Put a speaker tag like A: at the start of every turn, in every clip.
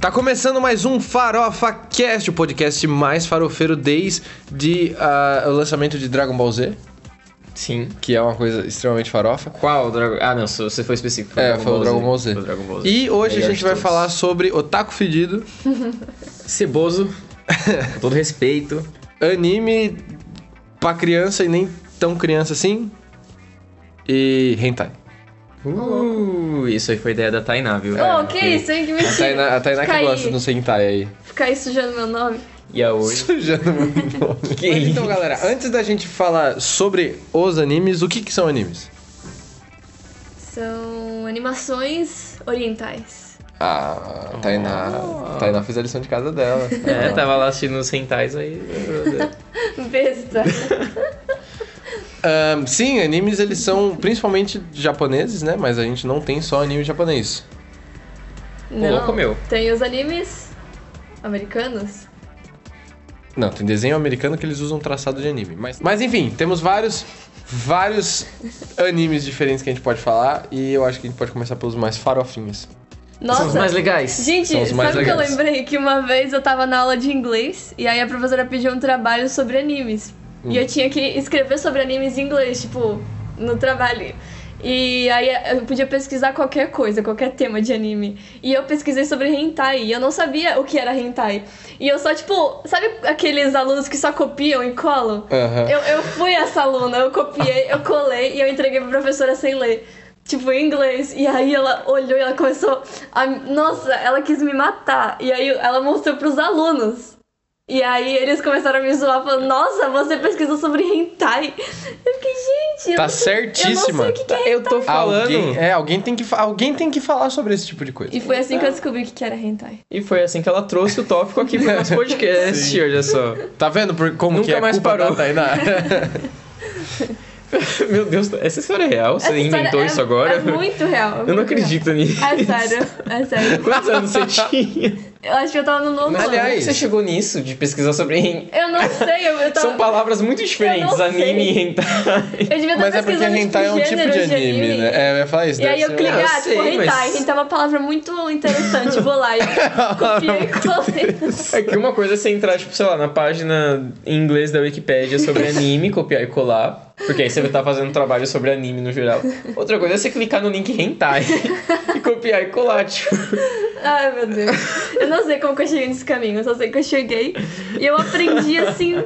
A: Tá começando mais um Farofa Cast, o podcast mais farofeiro desde ah, o lançamento de Dragon Ball Z,
B: Sim.
A: que é uma coisa extremamente farofa.
B: Qual Dragon... Ah, não, se você foi específico. foi
A: É, falou Dragon Ball
B: Foi
A: Z.
B: Dragon Ball Z.
A: E hoje a
B: Melhor
A: gente
B: de
A: vai
B: todos.
A: falar sobre Otaku Fedido,
B: Ceboso, com todo respeito.
A: anime pra criança e nem tão criança assim, e hentai.
B: Uh, isso aí foi ideia da Tainá, viu?
C: Oh, que isso, hein? Que
A: É, A Tainá,
C: mentira.
A: a Tainá que
C: Fica
A: gosta
C: aí,
A: dos hentai aí.
C: Ficar aí sujando meu nome.
B: E a Oi.
A: Sujando meu nome.
B: Que
A: Mas então,
B: isso?
A: galera, antes da gente falar sobre os animes, o que que são animes?
C: São animações orientais.
A: Ah, a Tainá, a Tainá fez a lição de casa dela.
B: É,
A: Ah.
B: tava lá assistindo os hentais aí.
C: Besta.
A: Ahn, sim, animes eles são principalmente japoneses, né? Mas a gente não tem só anime japonês.
C: Não.
B: louco meu.
C: Tem os animes americanos.
A: Não, tem desenho americano que eles usam traçado de anime. Mas, mas enfim, temos vários, vários animes diferentes que a gente pode falar. E eu acho que a gente pode começar pelos mais farofinhas.
C: Nossa.
B: São os mais legais.
C: Gente,
A: São os
C: sabe
A: mais
C: o que eu
A: legais.
C: lembrei? Que uma vez eu tava na aula de inglês e aí a professora pediu um trabalho sobre animes. E
A: Hum.
C: eu tinha que escrever sobre animes em inglês, tipo, no trabalho. E aí eu podia pesquisar qualquer coisa, qualquer tema de anime. E eu pesquisei sobre hentai e eu não sabia o que era hentai. E eu só, tipo, sabe aqueles alunos que só copiam e colam?
A: Aham.
C: Eu, eu fui essa aluna, eu copiei, eu colei e eu entreguei pra professora sem ler. Tipo, em inglês. E aí ela olhou e ela começou a. Nossa, ela quis me matar. E aí ela mostrou pros alunos. E aí eles começaram a me zoar, falando: Nossa, você pesquisou sobre hentai. Eu fiquei, gente. eu
A: Tá
C: não sei-
A: certíssima.
C: Eu não sei o que, que é.
B: Tá, Eu tô
A: Alguém, é, alguém tem, que, fa- alguém tem que falar sobre esse tipo de coisa.
C: E foi assim que eu descobri o que que era hentai.
B: E foi assim que ela trouxe o tópico aqui pro nosso podcast, olha só.
A: Tá vendo por- como
B: Nunca
A: que é
B: mais
A: culpa
B: parou.
A: da Tainá?
B: Meu Deus, essa história é real? Você
C: Essa história
B: inventou
C: é-
B: isso agora?
C: É muito real. é
B: Eu não
C: muito
B: acredito nisso.
C: Real. É sério, é sério.
B: Quantos anos você tinha?
C: Eu acho que eu tava no nono
A: Mas,
C: ano.
A: aliás,
B: Como você chegou nisso de pesquisar sobre hen-
C: Eu não sei, eu, eu tava.
B: São palavras muito diferentes,
C: sei.
B: anime e hentai.
C: Eu devia estar
A: Mas é porque
C: pesquisando,
A: hentai é um
C: tipo
A: tipo de
C: gêneros
A: anime, né? É, eu ia falar isso.
C: E aí
A: deve
C: eu
A: ser-
C: cliquei,
B: eu
C: ah, tipo,
B: sei,
C: hentai.
B: mas-
C: Hentai é uma palavra muito interessante, vou lá e copiei e colei.
B: É que uma coisa é você entrar, tipo, sei lá, na página em inglês da Wikipédia sobre anime, copiar e colar. Porque aí você vai estar fazendo um trabalho sobre anime no geral. Outra coisa é você clicar no link hentai e copiar e colar, tipo.
C: Ai, meu Deus. Eu não sei como que eu cheguei nesse caminho, eu só sei que eu cheguei e eu aprendi, assim,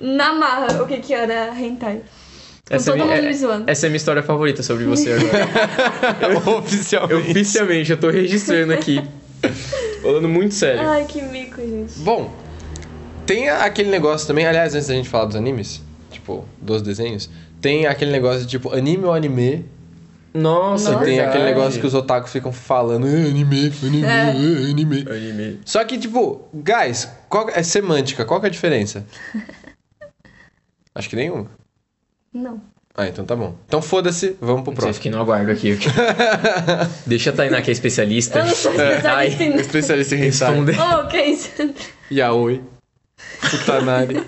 C: na marra, o que que era hentai. Com
B: Essa é
C: todo
B: minha-
C: mundo
B: é-
C: me zoando.
B: Essa é a minha história favorita sobre você agora. Eu,
A: Oficialmente.
B: oficialmente, eu tô registrando aqui. Falando muito sério.
C: Ai, que mico, gente.
A: Bom, tem aquele negócio também, aliás, antes da gente falar dos animes, tipo, dos desenhos, tem aquele negócio de tipo anime ou anime.
B: Nossa,
C: Nossa.
A: Tem
B: verdade.
A: aquele negócio que os otakus ficam falando, "É, anime, anime,
C: É.
A: é, anime.
B: Anime.
A: Só que, tipo, guys, qual é semântica, qual que é a diferença? Acho que nenhuma.
C: Não.
A: Ah, então tá bom. Então foda-se, vamos pro
B: Você
A: próximo.
B: fica no aguardo aqui. Deixa a Tainá, que é especialista.
C: Eu não sou
B: Ai,
C: especialista em...
A: Especialista em hentai.
B: Responder.
C: Oh, que isso?
A: Yaoi, Futanari,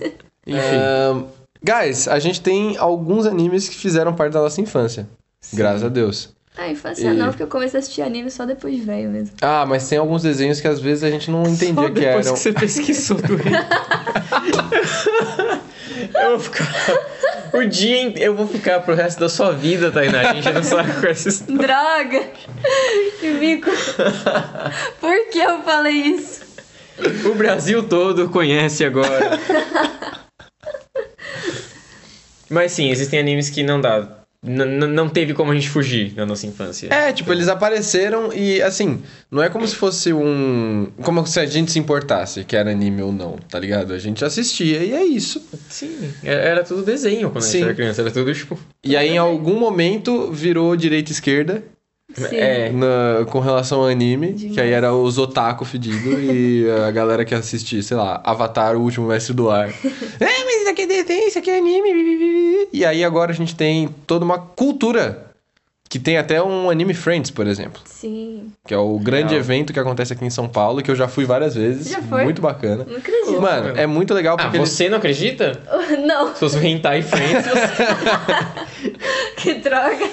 A: enfim. guys, a gente tem alguns animes que fizeram parte da nossa infância. Graças a Deus.
C: Ai, infância
A: E-
C: não, porque eu comecei a assistir anime só depois de velho mesmo.
A: Ah, mas tem alguns desenhos que às vezes a gente não entendia
B: Só
A: que
B: depois
A: eram.
B: que você pesquisou do hentai. eu vou ficar... O dia... in- Eu vou ficar pro resto da sua vida, Tainá. A gente não sabe é com essa história.
C: Droga! Que mico! Por que eu falei isso?
B: O Brasil todo conhece agora. Mas sim, existem animes que não dá... n- n- Não teve como a gente fugir na nossa infância.
A: É, tipo, eles apareceram e assim, não é como se fosse um. Como se a gente se importasse que era anime ou não, tá ligado? A gente assistia e é isso.
B: Sim, era- era tudo desenho quando a
A: Sim.
B: gente era criança. Era tudo, tipo...
A: E aí, em algum momento, virou direita e esquerda
C: Sim.
B: É.
A: na- com relação ao anime,
C: Demais.
A: que aí era os otaku fedido e a galera que assistia, sei lá, Avatar, o último mestre do ar. é, mas isso aqui é desenho, isso aqui é anime. bi, bi, bi, bi. E aí agora a gente tem toda uma cultura que tem até um anime Friends, por exemplo.
C: Sim.
A: Que é o grande
B: Real.
A: evento que acontece aqui em São Paulo, que eu já fui várias vezes.
C: Já foi?
A: Muito bacana.
C: Não acredito.
A: Mano, é muito legal
B: Ah,
A: porque eles-
B: você não acredita?
C: Não.
B: Se fosse o Hentai Friends, você...
C: Que droga.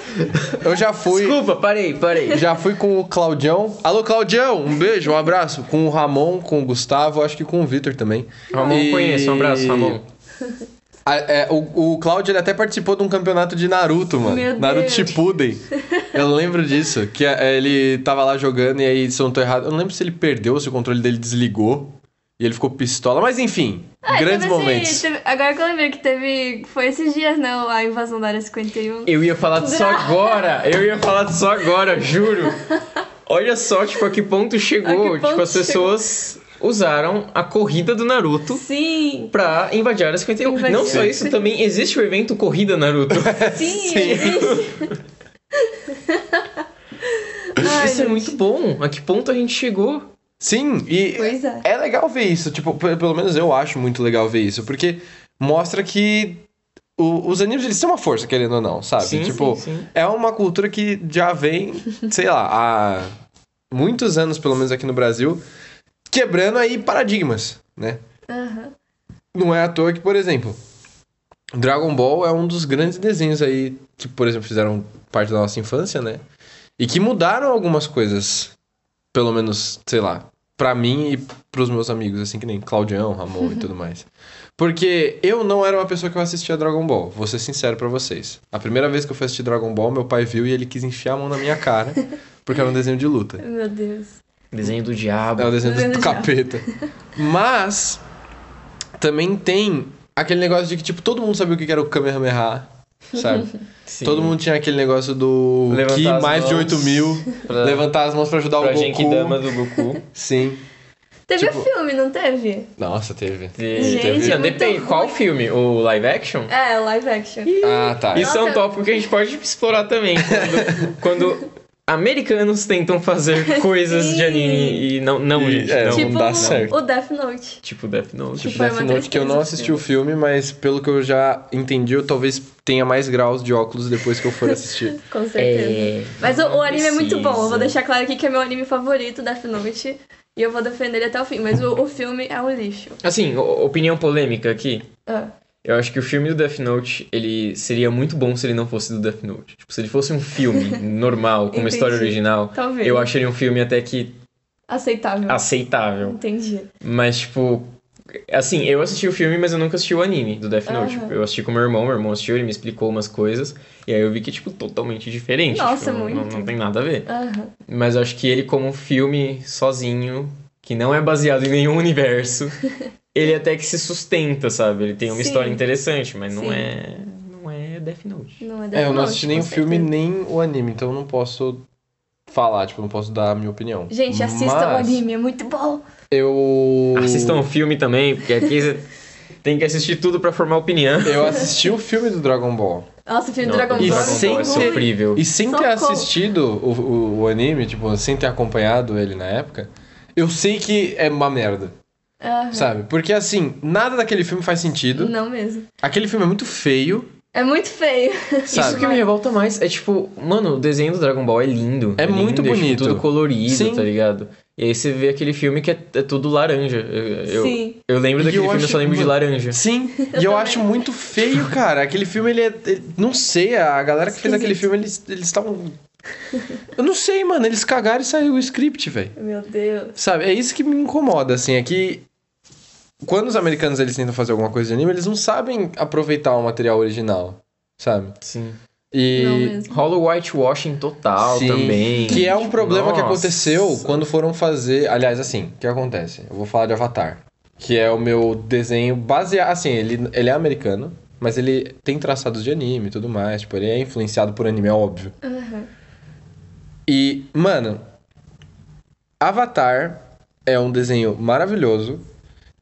A: Eu já fui.
B: Desculpa, parei, parei.
A: Já fui com o Claudião. Alô, Claudião, um beijo, um abraço. Com o Ramon, com o Gustavo, acho que com o Vitor também.
B: Ramon
A: E-
B: conheço, um abraço, Ramon.
A: A- é, o, o Claudio ele até participou de um campeonato de Naruto, mano.
C: Meu
A: Naruto
C: Deus.
A: Shippuden. Eu lembro disso. Que é, ele tava lá jogando e aí, se eu não tô errado, eu não lembro se ele perdeu ou se o controle dele desligou. E ele ficou pistola. Mas enfim,
C: Ah,
A: grandes
C: teve esse-
A: momentos.
C: teve- agora que eu lembrei que teve. Foi esses dias, não, a invasão da área 51.
B: Eu ia falar disso agora, eu ia falar disso agora, juro. Olha só, tipo, a que ponto
C: A
B: chegou.
C: que ponto
B: tipo, as
C: chegou.
B: pessoas usaram a corrida do Naruto
C: Sim,
B: pra invadir a Área 51.
C: Invadir.
B: Não só isso, também existe o evento Corrida Naruto.
C: um. sim,
A: Sim.
C: existe. Ai,
B: isso é
C: gente.
B: muito bom. A que ponto a gente chegou?
A: Sim, e
C: Pois é.
A: é legal ver isso. Tipo, pe- pelo menos eu acho muito legal ver isso. Porque mostra que o- os animes, eles têm uma força, querendo ou não, sabe? tipo,
B: sim, sim.
A: é uma cultura que já vem, sei lá, há muitos anos, pelo menos aqui no Brasil, quebrando aí paradigmas, né?
C: Aham.
A: Não é à toa que, por exemplo, Dragon Ball é um dos grandes desenhos aí que, por exemplo, fizeram parte da nossa infância, né? E que mudaram algumas coisas, pelo menos, sei lá, pra mim e pros meus amigos, assim que nem Claudião, Ramon e tudo mais. Porque eu não era uma pessoa que eu assistia Dragon Ball, vou ser sincero pra vocês. A primeira vez que eu fui assistir Dragon Ball, meu pai viu e ele quis enfiar a mão na minha cara, porque era um desenho de luta.
C: Meu Deus.
B: Desenho do diabo.
A: É o desenho
C: Desenho
A: do
C: do
A: capeta. Mas também tem aquele negócio de que, tipo, todo mundo sabia o que era o Kamehameha, sabe?
B: Sim.
A: Todo mundo tinha aquele negócio do
B: Levantar
A: Ki
B: as
A: mais de
B: mãos
A: 8 mil,
B: pra-
A: levantar as mãos pra ajudar
B: pra
A: o Goku.
B: Genkidama do Goku.
A: Sim.
C: Teve
A: Tipo-
C: o filme, não teve?
A: Nossa, teve.
B: De-
A: Gente,
C: é
B: Não,
C: muito
B: depende.
C: ruim.
B: Qual filme? O live action?
C: É, live action.
A: Ah, tá.
B: Isso é um
C: Nossa.
B: tópico que a gente pode explorar também. Quando, quando americanos tentam fazer coisas de
C: Sim.
B: anime e não, não,
A: E,
B: gente,
A: é,
B: não.
A: tipo- dá certo.
C: o Death Note.
B: Tipo Death Note.
A: Tipo,
C: Foi uma
A: Death Note, que eu
C: tristeza
A: não
C: esse
A: assisti o filme, mas pelo que eu já entendi, eu talvez tenha mais graus de óculos depois que eu for assistir.
C: Com
A: É.
C: certeza. Mas o, o
B: não
C: anime é muito bom. Eu
B: precisa.
C: vou deixar claro aqui que é meu anime favorito, Death Note. E eu vou defender ele até o fim. Mas o, o filme é um lixo.
B: Assim, o- opinião polêmica aqui.
C: Ah,
B: Eu acho que o filme do Death Note, ele seria muito bom se ele não fosse do Death Note. Tipo, se ele fosse um filme normal, com uma
C: Entendi.
B: história original,
C: Talvez.
B: eu acharia um filme até que
C: aceitável.
B: aceitável.
C: Entendi.
B: Mas, tipo, assim, eu assisti o filme, mas eu nunca assisti o anime do Death Note.
C: Aham.
B: Tipo, eu assisti com meu irmão, meu irmão assistiu, ele me explicou umas coisas. E aí eu vi que, tipo, totalmente diferente.
C: Nossa,
B: tipo, não-
C: muito.
B: Não, não tem nada a ver.
C: Aham.
B: Mas eu acho que ele, como um filme sozinho, que não é baseado em nenhum universo, ele até que se sustenta, sabe? Ele tem uma
C: Sim.
B: história interessante, mas não
C: Sim.
B: é. Não é Death Note.
C: Não é Death Note.
A: É, eu não assisti nem o
C: com
A: filme
C: certeza.
A: nem o anime, então eu não posso falar, tipo, eu não posso dar a minha opinião.
C: Gente, assistam o
A: Mas
C: anime, é muito bom.
A: Eu.
B: Assistam o filme também, porque aqui você tem que assistir tudo pra formar opinião.
A: Eu assisti o filme do Dragon Ball.
C: Nossa, o filme
B: Não,
C: do Dragon
A: e
C: Ball. é
A: sem
B: é
C: muito
A: ter-
C: ruim.
B: sofrível.
A: E sem ter
C: Socorro.
A: assistido o, o, o anime, tipo, sem ter acompanhado ele na época, eu sei que é uma merda,
C: Aham.
A: sabe? Porque assim, nada daquele filme faz sentido.
C: Não mesmo.
A: Aquele filme é muito feio,
C: É muito feio.
A: sabe?
B: Isso que me revolta mais é tipo, mano, o desenho do Dragon Ball é lindo.
A: É
B: lindo,
A: muito
B: tipo,
A: bonito.
B: tudo colorido,
A: Sim.
B: tá ligado? E aí você vê aquele filme que é, é tudo laranja. Eu, eu,
C: Sim.
B: eu lembro
A: E
B: daquele
A: eu
B: filme, eu
A: acho-
B: só lembro de laranja.
A: Sim, e eu
C: também.
A: acho muito feio, cara. Aquele filme, ele é. ele- não sei, a galera que fez aquele
C: Esquisito.
A: filme, eles eles estavam. eu não sei, mano, eles cagaram e saiu o script, velho.
C: Meu Deus.
A: Sabe, é isso que me incomoda, assim, é que quando os americanos eles tentam fazer alguma coisa de anime, eles não sabem aproveitar o material original, sabe?
B: Sim.
C: Não
A: E
C: mesmo.
B: Rola o whitewashing total
A: Sim,
B: também.
A: que é um
B: Tipo,
A: problema que
B: nossa.
A: aconteceu quando foram fazer, aliás, assim, o que acontece? Eu vou falar de Avatar, que é o meu desenho baseado, assim, ele, ele é americano, mas ele tem traçados de anime e tudo mais, tipo, ele é influenciado por anime, é óbvio.
C: Aham.
A: E, mano, Avatar é um desenho maravilhoso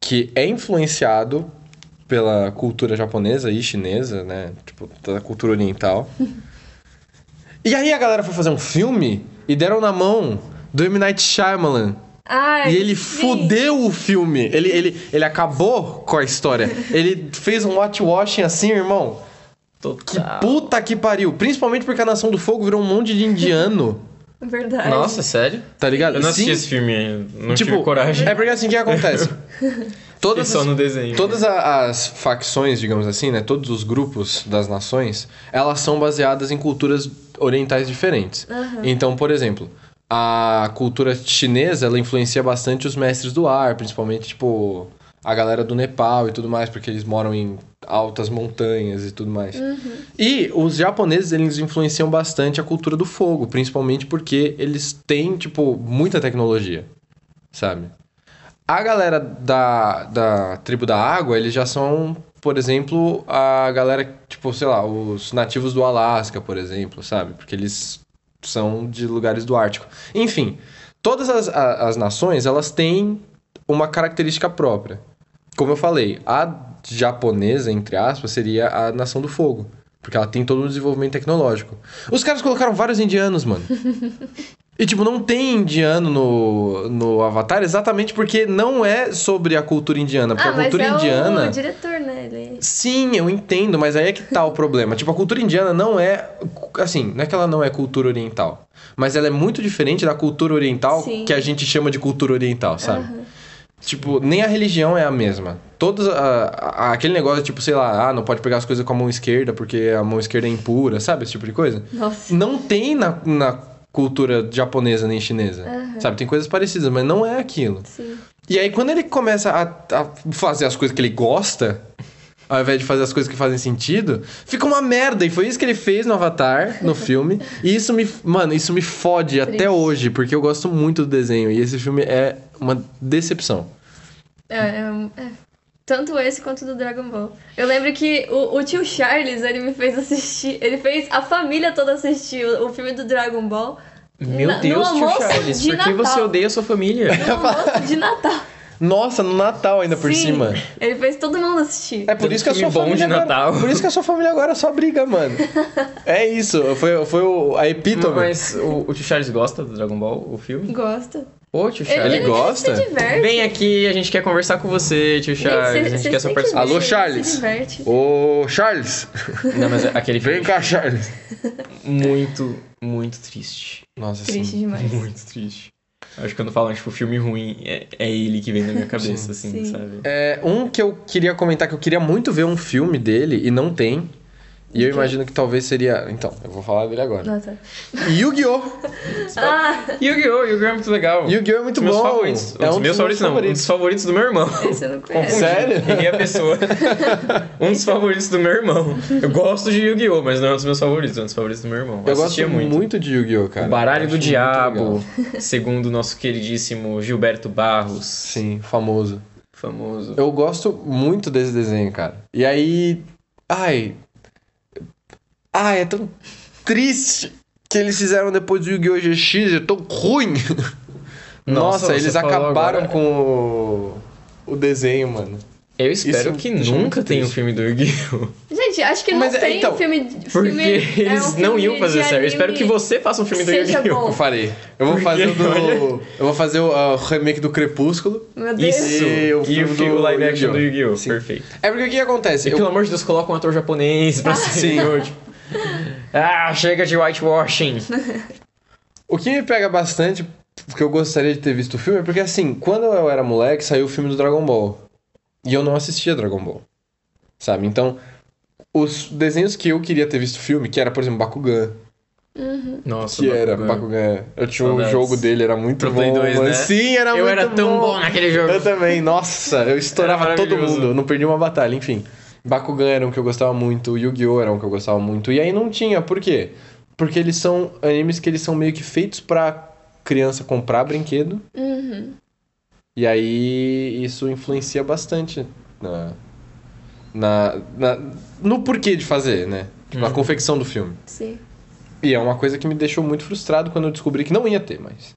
A: que é influenciado pela cultura japonesa e chinesa, né? Tipo, da cultura oriental. e aí a galera foi fazer um filme e deram na mão do M. Night Shyamalan.
C: Ai,
A: E ele
C: sim.
A: fudeu o filme. Ele, ele, ele acabou com a história. Ele fez um watchwashing assim, irmão. Que
B: Total.
A: puta que pariu. Principalmente porque a Nação do Fogo virou um monte de indiano.
C: Verdade.
B: Nossa, sério?
A: Tá ligado?
B: Eu não assisti
A: é Sim. Tipo,
B: esse filme, eu não tive coragem.
A: É porque assim, o que acontece?
B: E
A: todas
B: só
A: as-
B: no desenho.
A: Todas a- as facções, digamos assim, né? Todos os grupos das nações, elas são baseadas em culturas orientais diferentes. Então, por exemplo, a cultura chinesa, ela influencia bastante os mestres do ar, principalmente, tipo, a galera do Nepal e tudo mais, porque eles moram em altas montanhas e tudo mais. E os japoneses, eles influenciam bastante a cultura do fogo, principalmente porque eles têm, tipo, muita tecnologia, sabe? A galera da, da tribo da água, eles já são, por exemplo, a galera, tipo, sei lá, os nativos do Alasca, por exemplo, sabe? Porque eles são de lugares do Ártico. Enfim, todas as, a- as nações, elas têm uma característica própria. Como eu falei, a japonesa, entre aspas, seria a nação do fogo. Porque ela tem todo um desenvolvimento tecnológico. Os caras colocaram vários indianos, mano. E, tipo, não tem indiano no, no Avatar exatamente porque não é sobre a cultura indiana. Porque
C: Ah,
A: a
C: mas
A: cultura
C: é
A: indiana.
C: o diretor, né? Ele...
A: Sim, eu entendo, mas aí é que tá o problema. tipo, a cultura indiana não é. Assim, não é que ela não é cultura oriental. Mas ela é muito diferente da cultura oriental
C: Sim.
A: que a gente chama de cultura oriental, sabe?
C: Aham.
A: Tipo, nem a religião é a mesma. Todos. a- a- aquele negócio, tipo, sei lá, ah, não pode pegar as coisas com a mão esquerda porque a mão esquerda é impura, sabe? Esse tipo de coisa
C: Nossa.
A: não tem na, na cultura japonesa nem chinesa.
C: Aham.
A: Sabe, tem coisas parecidas, mas não é aquilo.
C: Sim.
A: E aí, quando ele começa a, a fazer as coisas que ele gosta, ao invés de fazer as coisas que fazem sentido, fica uma merda. E foi isso que ele fez no Avatar, no filme. E isso me. Mano, isso me fode até
C: Triste.
A: hoje, porque eu gosto muito do desenho. E esse filme é uma decepção.
C: É, é, um- é. Tanto esse quanto do Dragon Ball. Eu lembro que o, o tio Charles, ele me fez assistir. Ele fez a família toda assistir o, o filme do Dragon Ball
B: Meu
C: Na- no
B: Deus, tio
C: almoço
B: Charles,
C: de
B: por que você
C: Natal.
B: odeia a sua família?
C: no almoço de Natal.
A: Nossa, no Natal ainda por
C: Sim,
A: cima.
C: Ele fez todo mundo assistir.
A: É por
B: Tem
A: isso que a
B: filme
A: sua
B: bom
A: família
B: de
A: agora-
B: Natal.
A: por isso que a sua família agora só briga, mano. É isso, foi, foi o- a epítome.
B: Mas o, o tio Charles gosta do Dragon Ball, o filme?
C: Gosta.
B: Ô, tio Charles.
A: Ele gosta?
C: Se diverte.
B: Vem aqui, a gente quer conversar com você, tio
C: Gente,
B: Charles.
C: vocês-
B: a gente
C: vocês
B: quer sua
C: têm que ver,
B: participação.
A: Alô,
C: ele
A: Charles?
C: Se diverte.
A: Ô, Charles,
B: Não, mas é aquele filme
A: vem cá, Charles.
B: é muito, muito triste.
A: Nossa,
C: Triste
A: assim,
C: demais.
B: Muito triste. Acho que quando falam, tipo, filme ruim, é, é ele que vem na minha cabeça, assim,
C: Sim.
B: sabe?
A: é, um que eu queria comentar, que eu queria muito ver um filme dele e não tem. E eu
C: Ok.
A: imagino que talvez seria. Então, eu vou falar dele agora.
C: Nossa.
A: Yu-Gi-Oh!
C: Ah,
B: Yu-Gi-Oh! Yu-Gi-Oh! é muito legal.
A: Yu-Gi-Oh! é muito
B: meus
A: bom.
B: favoritos.
A: É
B: um dos
A: um
B: meus favoritos, não. Um dos favoritos do meu irmão.
C: esse eu não conheço.
A: Sério?
B: Errei a pessoa. um dos favoritos do meu irmão. Eu gosto de Yu-Gi-Oh! mas não é um dos meus favoritos, é um dos favoritos do meu irmão.
A: Eu
B: assistia
A: gosto muito, de Yu-Gi-Oh! cara.
B: o Baralho
A: Eu
B: do
A: acho muito
B: Diabo,
A: legal.
B: segundo o nosso queridíssimo Gilberto Barros,
A: Sim, famoso.
B: famoso.
A: Eu gosto muito desse desenho, cara. E aí. Ai. Ai, é tão triste que eles fizeram depois do Yu-Gi-Oh! GX, é tão ruim. Nossa,
B: você
A: eles
B: falou
A: acabaram
B: agora.
A: com o... o desenho, mano.
B: Eu espero
A: Isso
B: que
A: me deixa
B: nunca
A: muito
B: tenha um
A: triste.
B: filme do Yu-Gi-Oh!
C: Gente, acho que não
A: Mas,
C: tem
A: então,
C: filme de-
B: Porque
C: filme- é um
B: eles não
C: filme
B: iam fazer
C: de
B: certo. Eu espero que
C: anime.
B: você faça um filme do
C: seja
B: Yu-Gi-Oh!
A: Eu
C: bom.
A: farei. Eu vou
B: Por
A: fazer o
B: quê?
A: do. Eu vou fazer o ah, o remake do Crepúsculo.
C: Meu Deus.
B: Isso!
A: E o
B: E o
A: filme
B: fi-
A: do
B: o live action do
A: Yu-Gi-Oh!
B: Yu-Gi-Oh!
A: Sim.
B: Perfeito.
A: É porque o que acontece?
B: E
A: Eu-
B: pelo amor de Deus, coloca um ator japonês pra ser o último. Ah, chega de whitewashing.
A: O que me pega bastante, porque eu gostaria de ter visto o filme, é porque assim, quando eu era moleque, saiu o filme do Dragon Ball. E eu não assistia Dragon Ball. Sabe? Então, os desenhos que eu queria ter visto o filme, que era, por exemplo, Bakugan,
B: Nossa,
A: que era
B: Bakugan.
A: Bakugan. Eu tinha um
B: Saudades.
A: jogo dele, era muito
B: Pro
A: bom.
B: Play 2,
A: mas-
B: né?
A: Sim, era
B: Eu
A: muito
B: era tão bom né? naquele jogo.
A: Eu também, nossa, eu estourava
B: Era
A: todo
B: maravilhoso.
A: mundo, eu não perdi uma batalha, enfim. Bakugan era um que eu gostava muito, Yu-Gi-Oh! era um que eu gostava muito, e aí não tinha, por quê? Porque eles são animes que eles são meio que feitos pra criança comprar brinquedo,
C: Uhum.
A: e aí isso influencia bastante na, na, na- no porquê de fazer, né? Tipo, na confecção do filme.
C: Sim.
A: E é uma coisa que me deixou muito frustrado quando eu descobri que não ia ter mais.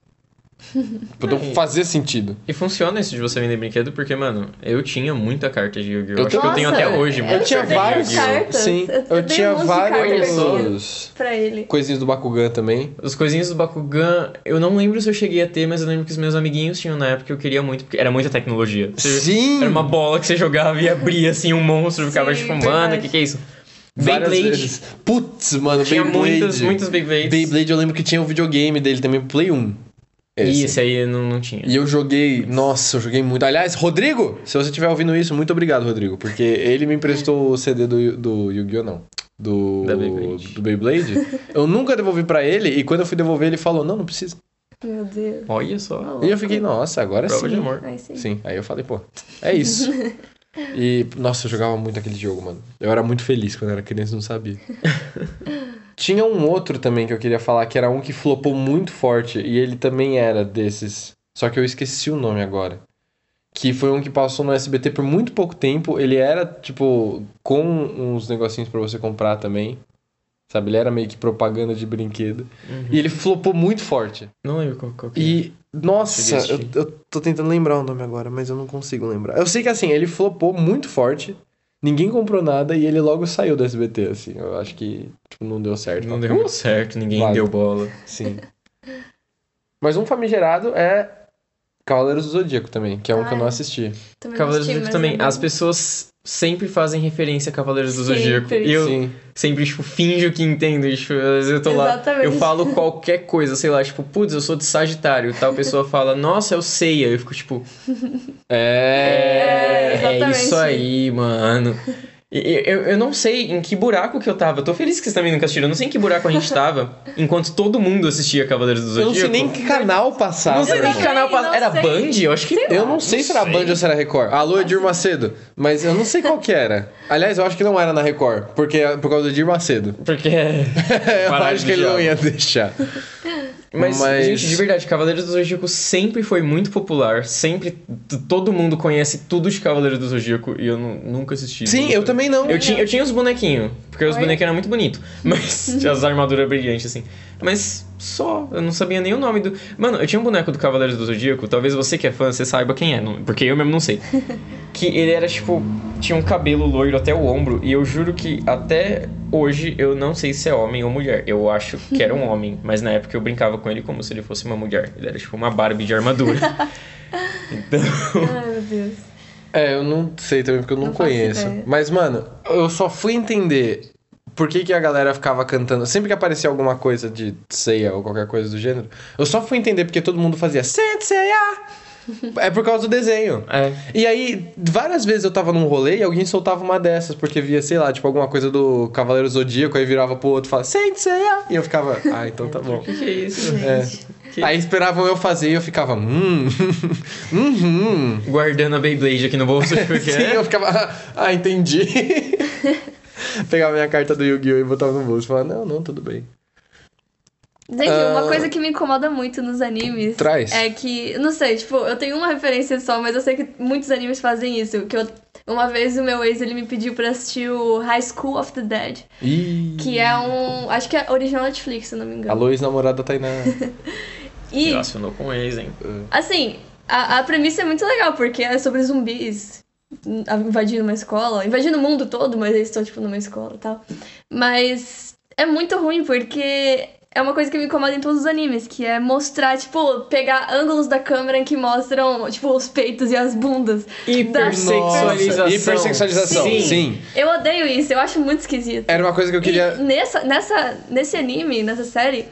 A: Tipo, não fazia sentido.
B: E funciona isso de você vender brinquedo, porque, mano, eu tinha muita carta de Yu-Gi-Oh!
A: Eu
B: Acho que eu
A: também.
B: tenho até hoje,
C: Eu
A: Eu
B: muita
A: tinha
B: carta de
A: vários.
B: Yu-Gi-Oh!
C: cartas.
A: Sim,
C: Eu-
A: eu,
C: eu dei
A: tinha
C: um monte de
A: vários
B: cartas.
C: Pra ele.
A: coisinhas do Bakugan também.
B: Os coisinhas do Bakugan, eu não lembro se eu cheguei a ter, mas eu lembro que os meus amiguinhos tinham na época que eu queria muito, porque era muita tecnologia. Você-
A: Sim!
B: Era uma bola que você jogava e abria assim um monstro, ficava
C: Sim,
B: tipo, mano,
C: verdade.
B: o que, que é isso?
A: Várias
B: Beyblade.
A: vezes. Putz, mano,
B: Tinha
A: Beyblade.
B: muitas, muitas Beyblades.
A: um Beyblade eu lembro que tinha o videogame dele também, Play 1. Esse.
B: Isso aí não, não tinha.
A: E eu joguei, nossa, eu joguei muito. Aliás, Rodrigo, se você estiver ouvindo isso, muito obrigado, Rodrigo, porque ele me emprestou o CD do, do Yu-Gi-Oh! não. Do,
B: Da Beyblade.
A: do Beyblade. eu nunca devolvi pra ele, e quando eu fui devolver, ele falou: Não, não precisa.
C: Meu Deus.
B: Olha só.
A: E eu fiquei, nossa, agora
B: Prova
A: sim.
B: de amor.
C: Ai, sim.
A: Sim, aí eu falei, pô, é isso. E, nossa, eu jogava muito aquele jogo, mano. Eu era muito feliz quando era criança e não sabia. Tinha um outro também que eu queria falar, que era um que flopou muito forte. E ele também era desses. Só que eu esqueci o nome agora. Que foi um que passou no SBT por muito pouco tempo. Ele era, tipo, com uns negocinhos pra você comprar também. Sabe? Ele era meio que propaganda de brinquedo.
B: Uhum.
A: E ele flopou muito forte.
B: Não lembro qual, qual que
A: E, nossa,
B: Cheguei a
A: eu,
B: assistir.
A: eu tô tentando lembrar o nome agora, mas eu não consigo lembrar. Eu sei que, assim, ele flopou muito forte, ninguém comprou nada e ele logo saiu do SBT, assim. Eu acho que, tipo, não deu
B: é.
A: certo.
B: Não deu muito certo, ninguém
A: Vale.
B: deu bola.
A: Sim. mas um famigerado é Cavaleiros do Zodíaco também, que é um que eu não
C: Ah.
A: assisti.
C: Também
B: Cavaleiros do Zodíaco
C: assisti, mas é
B: também.
C: não-
B: As pessoas sempre fazem referência a Cavaleiros do Zodíaco.
C: Sempre.
B: E eu
A: Sim.
B: sempre, tipo, finjo que entendo. Tipo, às vezes eu tô lá,
C: Exatamente.
B: eu falo qualquer coisa, sei lá, tipo, putz, eu sou de Sagitário. Tal pessoa fala, nossa, eu sei. Aí eu fico, tipo,
A: É...
C: É,
B: é
C: exatamente.
B: isso aí, mano. E- e- Eu, eu não sei em que buraco que eu tava. Eu tô feliz que tá vocês também nunca assistiram. Eu não sei em que buraco a gente tava enquanto todo mundo assistia Cavaleiros do
A: Eu
B: Zodíaco.
A: não sei nem que canal passava.
B: Não sei nem
A: irmão.
B: que canal
C: Também não
B: passava. Era
C: sei.
B: Band? Eu acho que.
A: Eu não sei se era Band ou se era Record. Alô, Edir Macedo. Mas eu não sei qual que era. Aliás, eu acho que não era na Record, porque é por causa do Edir Macedo.
B: Porque.
A: é eu
B: Parada
A: acho
B: do
A: que ele não
B: diabo.
A: ia deixar.
B: Mas,
A: Mas-
B: gente, de verdade, Cavaleiros do Zodíaco sempre foi muito popular. Sempre. t- Todo mundo conhece tudo de Cavaleiros do Zodíaco e eu nu- nunca assisti.
A: Sim,
B: Nunca.
A: eu também não.
B: Eu tinha, eu tinha os bonequinhos, porque os
C: Oi?
B: bonequinhos eram muito bonitos. Mas tinha as armaduras brilhantes, assim. Mas só, eu não sabia nem o nome do. Mano, eu tinha um boneco do Cavaleiros do Zodíaco, talvez você que é fã, você saiba quem é, não- porque eu mesmo não sei. Que ele era tipo. Tinha um cabelo loiro até o ombro, e eu juro que até hoje eu não sei se é homem ou mulher. Eu acho que era um homem, mas na época eu brincava com ele como se ele fosse uma mulher. Ele era tipo uma Barbie de armadura. Então.
C: Ai, meu Deus.
A: É, eu não sei também, porque eu não,
C: Não faço
A: conheço.
C: ideia.
A: Mas, mano, eu só fui entender por que, que a galera ficava cantando. Sempre que aparecia alguma coisa de ceia ou qualquer coisa do gênero, eu só fui entender porque todo mundo fazia Saint Seiya! É por causa do desenho.
B: É.
A: E aí, várias vezes eu tava num rolê e alguém soltava uma dessas, porque via, sei lá, tipo, alguma coisa do Cavaleiro Zodíaco, aí virava pro outro e falava, Saint Seiya! E eu ficava, ah, então tá bom.
B: O que, que é isso?
A: É. Aí esperavam eu fazer e eu ficava, hum, uhum.
B: Guardando a Beyblade aqui no bolso, porque.
A: Sim, eu ficava, ah, entendi. Pegava minha carta do Yu-Gi-Oh! e botava no bolso. Falava, não, não, tudo bem.
C: Gente,
A: Ah.
C: uma coisa que me incomoda muito nos animes
A: Traz.
C: é que, não sei, tipo, eu tenho uma referência só, mas eu sei que muitos animes fazem isso. Que eu, uma vez o meu ex ele me pediu pra assistir o High School of the Dead,
A: Ih,
C: que é um. Acho que é original Netflix, se eu não me engano.
A: Alô, ex-namorada Tainá.
C: E,
B: Relacionou com eles, hein?
C: assim, a, a premissa é muito legal, porque é sobre zumbis hum, invadindo uma escola, invadindo o mundo todo, mas eles estão, tipo, numa escola e tal. Mas é muito ruim, porque é uma coisa que me incomoda em todos os animes, que é mostrar, tipo, pegar ângulos da câmera em que mostram, tipo, os peitos e as bundas.
B: Hipersexualização.
A: Nossa, Hipersexualização, sim.
B: Sim.
C: Eu odeio isso, eu acho muito esquisito.
A: Era uma coisa que É, eu
C: E
A: queria...
C: nessa, nessa, nesse anime, nessa série,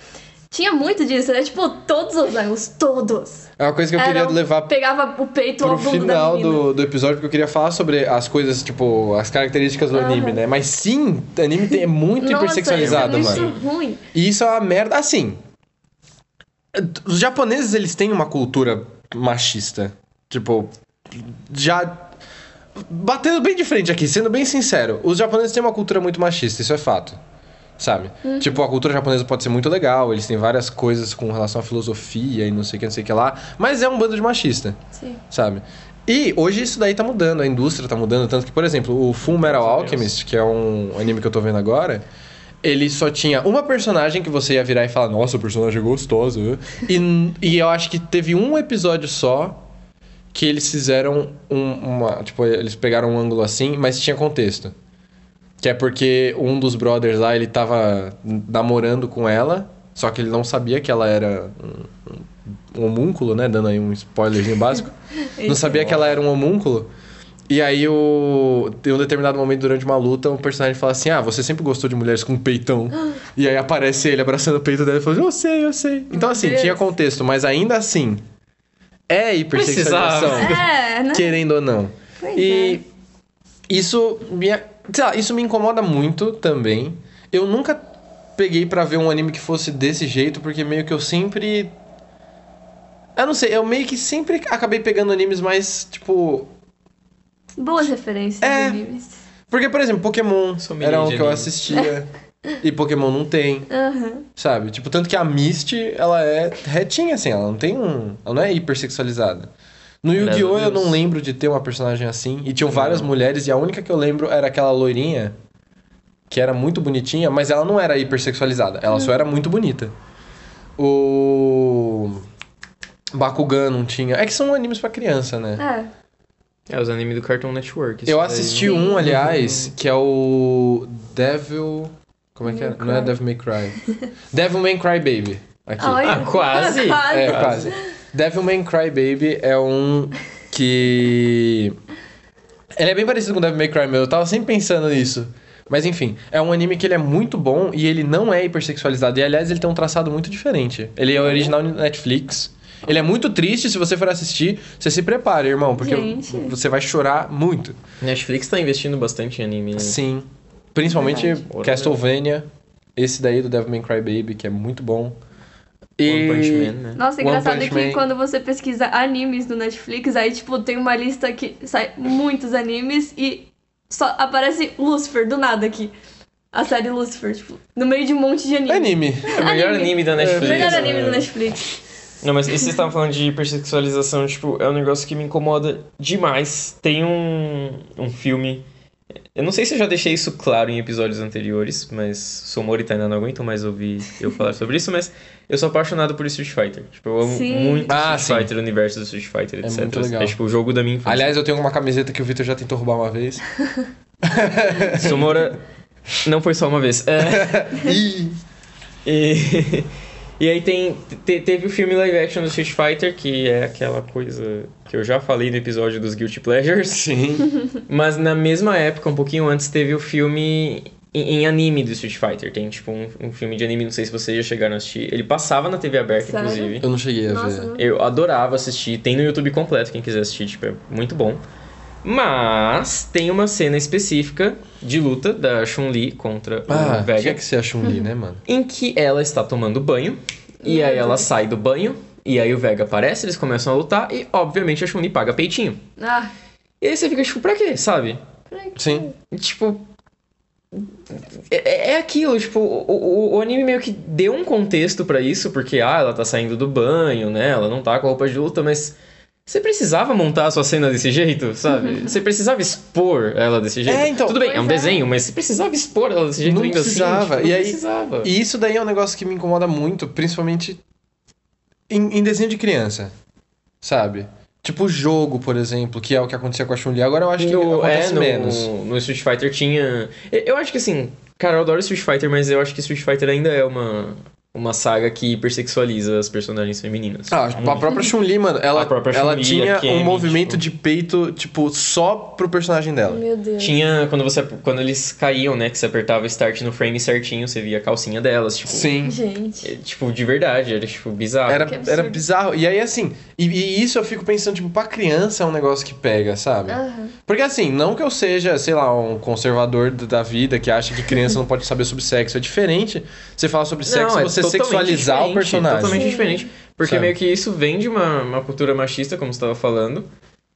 C: tinha muito disso, era, tipo, todos os ângulos, todos.
A: É uma coisa que eu queria
C: Era um-
A: levar
C: Pegava o peito ou a
A: pro
C: bunda da
A: final
C: menina.
A: do, do episódio, porque eu queria falar sobre as coisas, tipo, as características do
C: Aham.
A: anime, né? Mas sim, anime tem- é muito
C: Nossa,
A: hipersexualizado,
C: isso é
A: mano.
C: muito ruim.
A: E isso é uma merda. Assim. Os japoneses, eles têm uma cultura machista. Tipo, já. Batendo bem de frente aqui, sendo bem sincero. Os japoneses têm uma cultura muito machista, isso é fato. Sabe? Tipo, a cultura japonesa pode ser muito legal, eles têm várias coisas com relação à filosofia e não sei o que, não sei o que lá. Mas é um bando de machista
C: Sim.
A: sabe? E hoje isso daí tá mudando, a indústria tá mudando, tanto que, por exemplo, o Full Metal
B: Graças a Deus.
A: Alchemist, que é um anime que eu tô vendo agora, ele só tinha uma personagem que você ia virar e falar, nossa, o personagem é gostoso. e, e eu acho que teve um episódio só que eles fizeram um- uma. Tipo, eles pegaram um ângulo assim, mas tinha contexto. Que é porque um dos brothers lá, ele tava namorando com ela, só que ele não sabia que ela era um, um homúnculo, né? Dando aí um spoilerzinho básico. não sabia que ela era um homúnculo. E aí, o... tem um determinado momento durante uma luta, um personagem fala assim: Ah, você sempre gostou de mulheres com peitão. e aí aparece ele abraçando o peito dela e falando: Eu sei, eu sei. Então, assim,
C: Deus.
A: tinha contexto, mas ainda assim, é hipersexualização.
B: Precisava.
C: É, né?
A: Querendo ou não.
C: Pois é.
A: E isso me, sei lá, isso me incomoda muito também. Eu nunca peguei pra ver um anime que fosse desse jeito, porque meio que eu sempre. Eu não sei, eu meio que sempre acabei pegando animes mais, tipo.
C: é. Boas referências
A: É.
C: de animes.
A: Porque, por exemplo, Pokémon
B: Sou
A: era um
B: menino de
A: que eu
B: anime.
A: assistia. e Pokémon não tem,
C: Aham.
A: sabe? Tipo, tanto que a Misty, ela é retinha, assim, ela não tem um. Ela não é hipersexualizada. No
B: Graças a
A: Yu-Gi-Oh! eu
B: Deus.
A: não lembro de ter uma personagem assim. E tinham
B: Não.
A: várias mulheres, e a única que eu lembro era aquela loirinha, que era muito bonitinha, mas ela não era hipersexualizada, ela só era muito bonita. O. Bakugan não tinha. É que são animes pra criança, né?
C: É.
B: É os animes do Cartoon Network. isso
A: Eu
B: daí.
A: assisti um, aliás, que é o Devil. Como é que é?
C: May
A: Não é
C: Cry.
A: Devil May Cry. Devil May Cry Baby. Aqui.
C: olha.
B: Ah, quase.
C: quase.
A: é, quase. Devil May Cry Baby é um que. Ele é bem parecido com Devil May Cry, meu. Eu tava sempre pensando nisso. Mas enfim, é um anime que ele é muito bom e ele não é hipersexualizado. E aliás, ele tem um traçado muito diferente. Ele é original no Netflix. Ele é muito triste, se você for assistir, você se prepare, irmão, porque
C: Gente.
A: você vai chorar muito.
B: Netflix tá investindo bastante em anime, né?
A: Sim. Principalmente
B: Verdade. né?
A: Castlevania, esse daí do Devil May Cry Baby, que é muito bom. E...
B: One Punch Man, né?
C: Nossa,
A: One
C: engraçado
A: Punch
C: que
A: Man.
C: quando você pesquisa animes no Netflix, aí, tipo, tem uma lista que sai muitos animes e só aparece Lucifer do nada aqui. A série Lucifer, tipo, no meio de um monte de anime.
A: Anime.
B: É o melhor anime da Netflix.
C: Melhor
B: né?
C: anime do Netflix.
B: Não, mas esse que vocês estavam falando de hipersexualização, tipo, é um negócio que me incomoda demais. Tem um, um filme. Eu não sei se eu já deixei isso claro em episódios anteriores, mas sou mauritano, não aguento mais ouvir eu falar sobre isso, mas eu sou apaixonado por Street Fighter. Tipo, eu amo
C: Sim.
B: muito
A: Ah,
B: Street
A: sim.
B: Fighter, o universo do Street Fighter,
A: É
B: etc.
A: muito legal.
B: tipo o jogo da minha infância.
A: Aliás, eu tenho uma camiseta que o Victor já tentou roubar uma vez.
B: Sumora não foi só uma vez. É.
A: Ih,
B: E, e aí tem, te- teve o filme live action do Street Fighter, que é aquela coisa que eu já falei no episódio dos Guilty Pleasures.
A: sim.
B: Mas na mesma época, um pouquinho antes, teve o filme em, em anime do Street Fighter. Tem tipo um, um filme de anime, não sei se vocês já chegaram a assistir. Ele passava na TV aberta,
C: Sério?
B: inclusive.
A: Eu não cheguei a
C: Nossa,
A: ver.
C: não-
B: Eu adorava assistir, tem no YouTube completo, quem quiser assistir, tipo, é muito bom. Mas tem uma cena específica de luta da Chun-Li contra
A: Ah, o
B: o
A: que
B: Vega
A: é que você achou um li, né, mano?
B: em que ela está tomando banho e aí
A: Uhum.
B: ela sai do banho e aí o Vega aparece, eles começam a lutar e obviamente a Chun-Li paga peitinho.
C: Ah,
B: E aí você fica tipo, pra quê, sabe?
A: Sim.
B: Tipo é, é aquilo, tipo, o, o- o anime meio que deu um contexto pra isso, porque ah, ela tá saindo do banho, né? Ela não tá com a roupa de luta, mas você precisava montar a sua cena desse jeito, sabe? Você precisava expor ela desse jeito.
A: Uhum. então.
B: Tudo bem, é um
C: Pois é.
B: desenho, mas você precisava expor ela desse jeito
A: Não
B: ainda
A: precisava,
B: assim. tipo,
A: e
B: não
A: aí-
B: precisava.
A: E isso daí é um negócio que me incomoda muito, principalmente em, em desenho de criança, sabe? Tipo jogo, por exemplo, que é o que acontecia com a Chun-Li. Agora eu acho que
B: No, é,
A: acontece
B: no,
A: menos.
B: no Street Fighter tinha. Eu- Eu acho que assim, cara, eu adoro Street Fighter, mas eu acho que Street Fighter ainda é uma, uma saga que hipersexualiza as personagens femininas.
A: Ah, tipo, a própria Chun-Li, mano, ela,
B: A própria
A: ela
B: Chun-Li,
A: tinha
B: a Kemi,
A: um movimento
B: tipo.
A: de peito, tipo, só pro personagem dela.
C: meu Deus.
B: Tinha quando você quando eles caíam, né? Que você apertava start no frame certinho, você via a calcinha delas, tipo.
A: Sim.
C: Gente.
B: é, Tipo, de verdade, era tipo bizarro.
A: Era,
C: Que absurdo.
A: era bizarro. E aí, assim, e, e isso eu fico pensando, tipo, pra criança é um negócio que pega, sabe?
C: Aham.
A: Porque assim, não que eu seja, sei lá, um conservador d- da vida que acha que criança não pode saber sobre sexo. É diferente você falar sobre sexo
B: é
A: você
B: totalmente
A: sexualizar o
B: diferente,
A: personagem.
B: Totalmente
C: Sim.
B: diferente. Porque
A: Sabe?
B: meio que isso vem de uma, uma cultura machista, como você estava falando.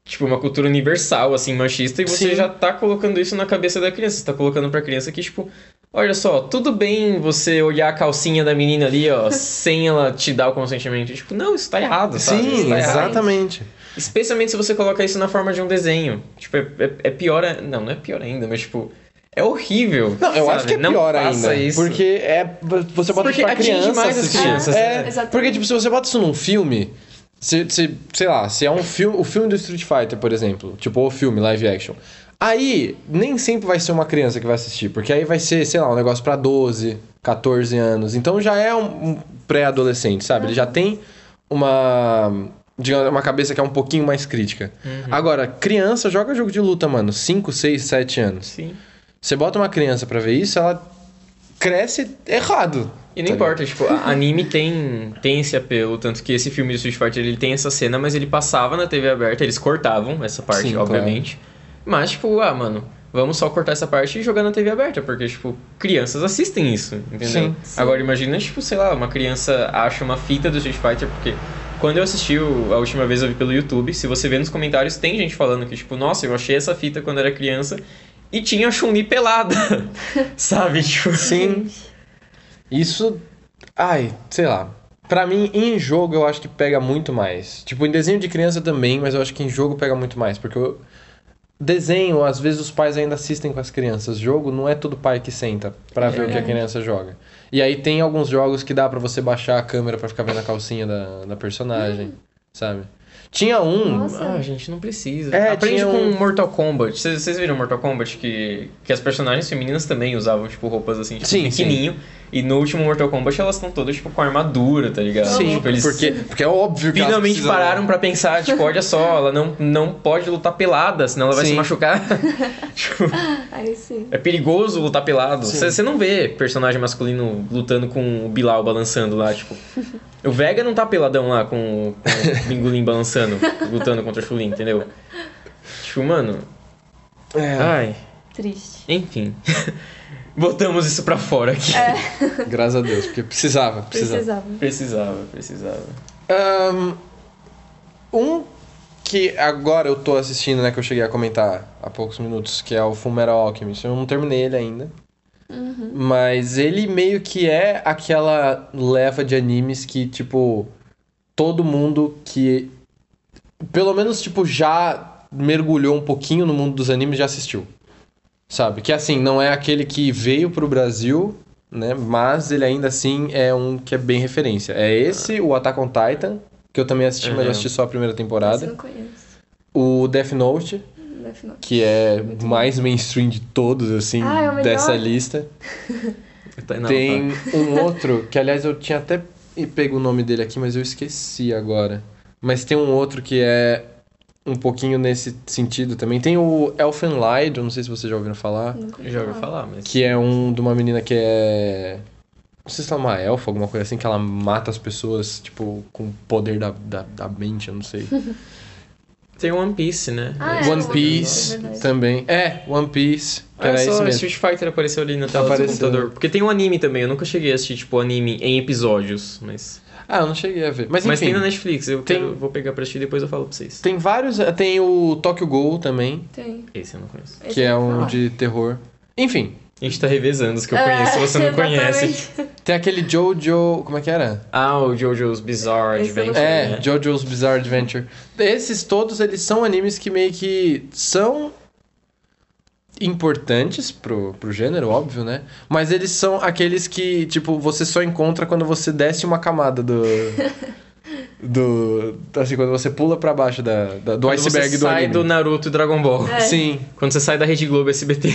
B: Tipo, uma cultura universal, assim, machista. E você
A: Sim.
B: já tá colocando isso na cabeça da criança. Você tá colocando pra criança que, tipo... Olha só, tudo bem você olhar a calcinha da menina ali, ó, sem ela te dar o consentimento. Tipo, não, isso tá errado, sabe? Isso
A: Sim,
B: tá errado.
A: exatamente.
B: Especialmente se você coloca isso na forma de um desenho. Tipo, é, é- é pior... A... Não, não é pior ainda, mas, tipo... É horrível,
A: Não, eu acho
B: sabe?
A: que é
B: Não
A: pior
B: faça
A: ainda.
B: isso.
A: Porque é. Você bota isso
B: Porque
A: pra
B: atinge
A: criança.
B: mais as
A: assistir.
C: crianças,
A: É,
C: né? Exatamente.
A: porque, tipo, se você bota isso num filme. Se, se- sei lá, se é um filme. O filme do Street Fighter, por exemplo. Tipo, o filme, live action. Aí, nem sempre vai ser uma criança que vai assistir. Porque aí vai ser, sei lá, um negócio pra 12,
B: Uhum.
A: 14 anos. Então já é um, um pré-adolescente, sabe? Ele já tem uma. digamos, uma cabeça que é um pouquinho mais crítica.
B: Uhum.
A: Agora, criança joga jogo de luta, mano. 5, 6, 7 anos.
B: Sim.
A: Você bota uma criança pra ver isso, ela cresce errado.
B: E não
A: tá
B: importa, tipo, a- anime tem, tem esse apelo, tanto que esse filme do Street Fighter, ele tem essa cena, mas ele passava na TV aberta, eles cortavam essa parte,
A: Sim, claro.
B: obviamente. Mas, tipo, ah, mano, vamos só cortar essa parte e jogar na TV aberta, porque, tipo, crianças assistem isso, entendeu?
A: Sim.
C: Sim.
B: Agora, imagina, tipo, sei lá, uma criança acha uma fita do Street Fighter, porque... Quando eu assisti o- a última vez, eu vi pelo YouTube. Se você vê nos comentários, tem gente falando que, tipo, nossa, eu achei essa fita quando era criança e tinha a Chun-Li pelada. Sabe? Tipo,
A: Sim. Isso. Ai, sei lá. Pra mim, em jogo, eu acho que pega muito mais. Tipo, em desenho de criança também, mas eu acho que em jogo pega muito mais. Porque eu... desenho, às vezes os pais ainda assistem com as crianças. Jogo não é todo pai que senta pra ver o que a
B: É.
C: verdade.
A: criança joga. E aí tem alguns jogos que dá pra você baixar a câmera pra ficar vendo a calcinha da, da personagem, sabe? Tinha um.
C: Nossa.
B: Ah, gente, não precisa.
A: É,
B: Aprende
A: tinha
B: com
A: um-
B: Mortal Kombat. Vocês vocês viram Mortal Kombat que, que as personagens femininas também usavam, tipo, roupas assim, tipo,
A: Sim,
B: pequenininho. E no último Mortal Kombat elas estão todas, tipo, com armadura, tá ligado?
C: Sim,
B: tipo, eles
A: porque, porque é óbvio que elas
B: finalmente
A: precisam-
B: pararam pra pensar, tipo, olha só, ela não, não pode lutar pelada, senão ela vai
A: Sim.
B: se machucar. tipo,
C: Aí sim.
B: é perigoso lutar pelado.
A: Sim.
B: Você você não vê personagem masculino lutando com o Bilal balançando lá, tipo. O Vega não tá peladão lá com, o- com o Bingulim balançando, lutando contra o Chulin, entendeu? Tipo, mano.
A: É,
B: Ai,
C: Triste.
B: enfim. Botamos isso pra fora aqui.
C: É.
A: graças a Deus, porque precisava, precisava.
C: Precisava.
B: Precisava, precisava.
A: Ahn, Um que agora eu tô assistindo, né? Que eu cheguei a comentar há poucos minutos, que é o Fullmetal Alchemist. Eu não terminei ele ainda. Mas ele meio que é aquela leva de animes que, tipo, todo mundo que. Pelo menos, tipo, já mergulhou um pouquinho no mundo dos animes já assistiu. Sabe? Que assim, não é aquele que veio pro Brasil, né? Mas ele ainda assim é um que é bem referência. É esse, o Attack on Titan, que eu também assisti, mas
B: Uhum.
A: eu assisti só a primeira
C: Esse
A: temporada.
C: eu não conheço. né,
A: O Death Note,
C: Death Note.
A: que é
C: Muito bom.
A: mais mainstream de todos, assim,
C: Ah, é o melhor.
A: dessa lista.
B: Não, tá.
A: Tem um outro, que aliás eu tinha até pego o nome dele aqui, mas eu esqueci agora. Mas tem um outro que é um pouquinho nesse sentido também. Tem o Elfen Lied, eu não sei se vocês já ouviram falar,
C: Nunca
B: Eu já ouvi falar, mas.
A: que é um de uma menina que é. Não sei se ela é uma elfa, alguma coisa assim, que ela mata as pessoas, tipo, com o poder da, da, da mente, eu não sei.
B: Tem One Piece, né?
C: Ah,
B: Mas-
A: One
C: é
A: Piece
C: verdade.
A: também. É, One Piece.
B: Ah,
A: Era
B: só
A: esse mesmo.
B: Street Fighter apareceu ali na tela
A: Apareceu.
B: do computador. Porque tem um anime também, eu nunca cheguei a assistir, tipo, anime em episódios, mas...
A: Ah, eu não cheguei a ver. Mas,
B: Mas,
A: enfim,
B: tem na Netflix, eu
A: Tem-
B: quero- vou pegar pra assistir e depois eu falo pra vocês.
A: tem vários. eh, Tem o Tokyo Ghoul também.
C: Tem.
B: Esse eu não conheço.
C: Esse
A: que é
C: eu ouvi
A: um
C: falar.
A: de terror. Enfim,
B: A gente tá revezando os que eu
C: É,
B: conheço, você não conhece.
C: exatamente.
A: tem aquele Jojo. Como é que era?
B: Ah, o JoJo's Bizarre
C: Esse eu não
B: Adventure,
A: É,
B: né?
A: Jojo's Bizarre Adventure. Esses todos, eles são animes que meio que são importantes pro, pro gênero, óbvio, né? Mas eles são aqueles que, tipo, você só encontra quando você desce uma camada do... do... Assim, quando você pula pra baixo da, da- do
B: Quando
A: iceberg
B: você
A: do
B: sai
A: anime.
B: do Naruto e Dragon Ball.
C: É.
A: Sim.
B: Quando você sai da Rede Globo SBT.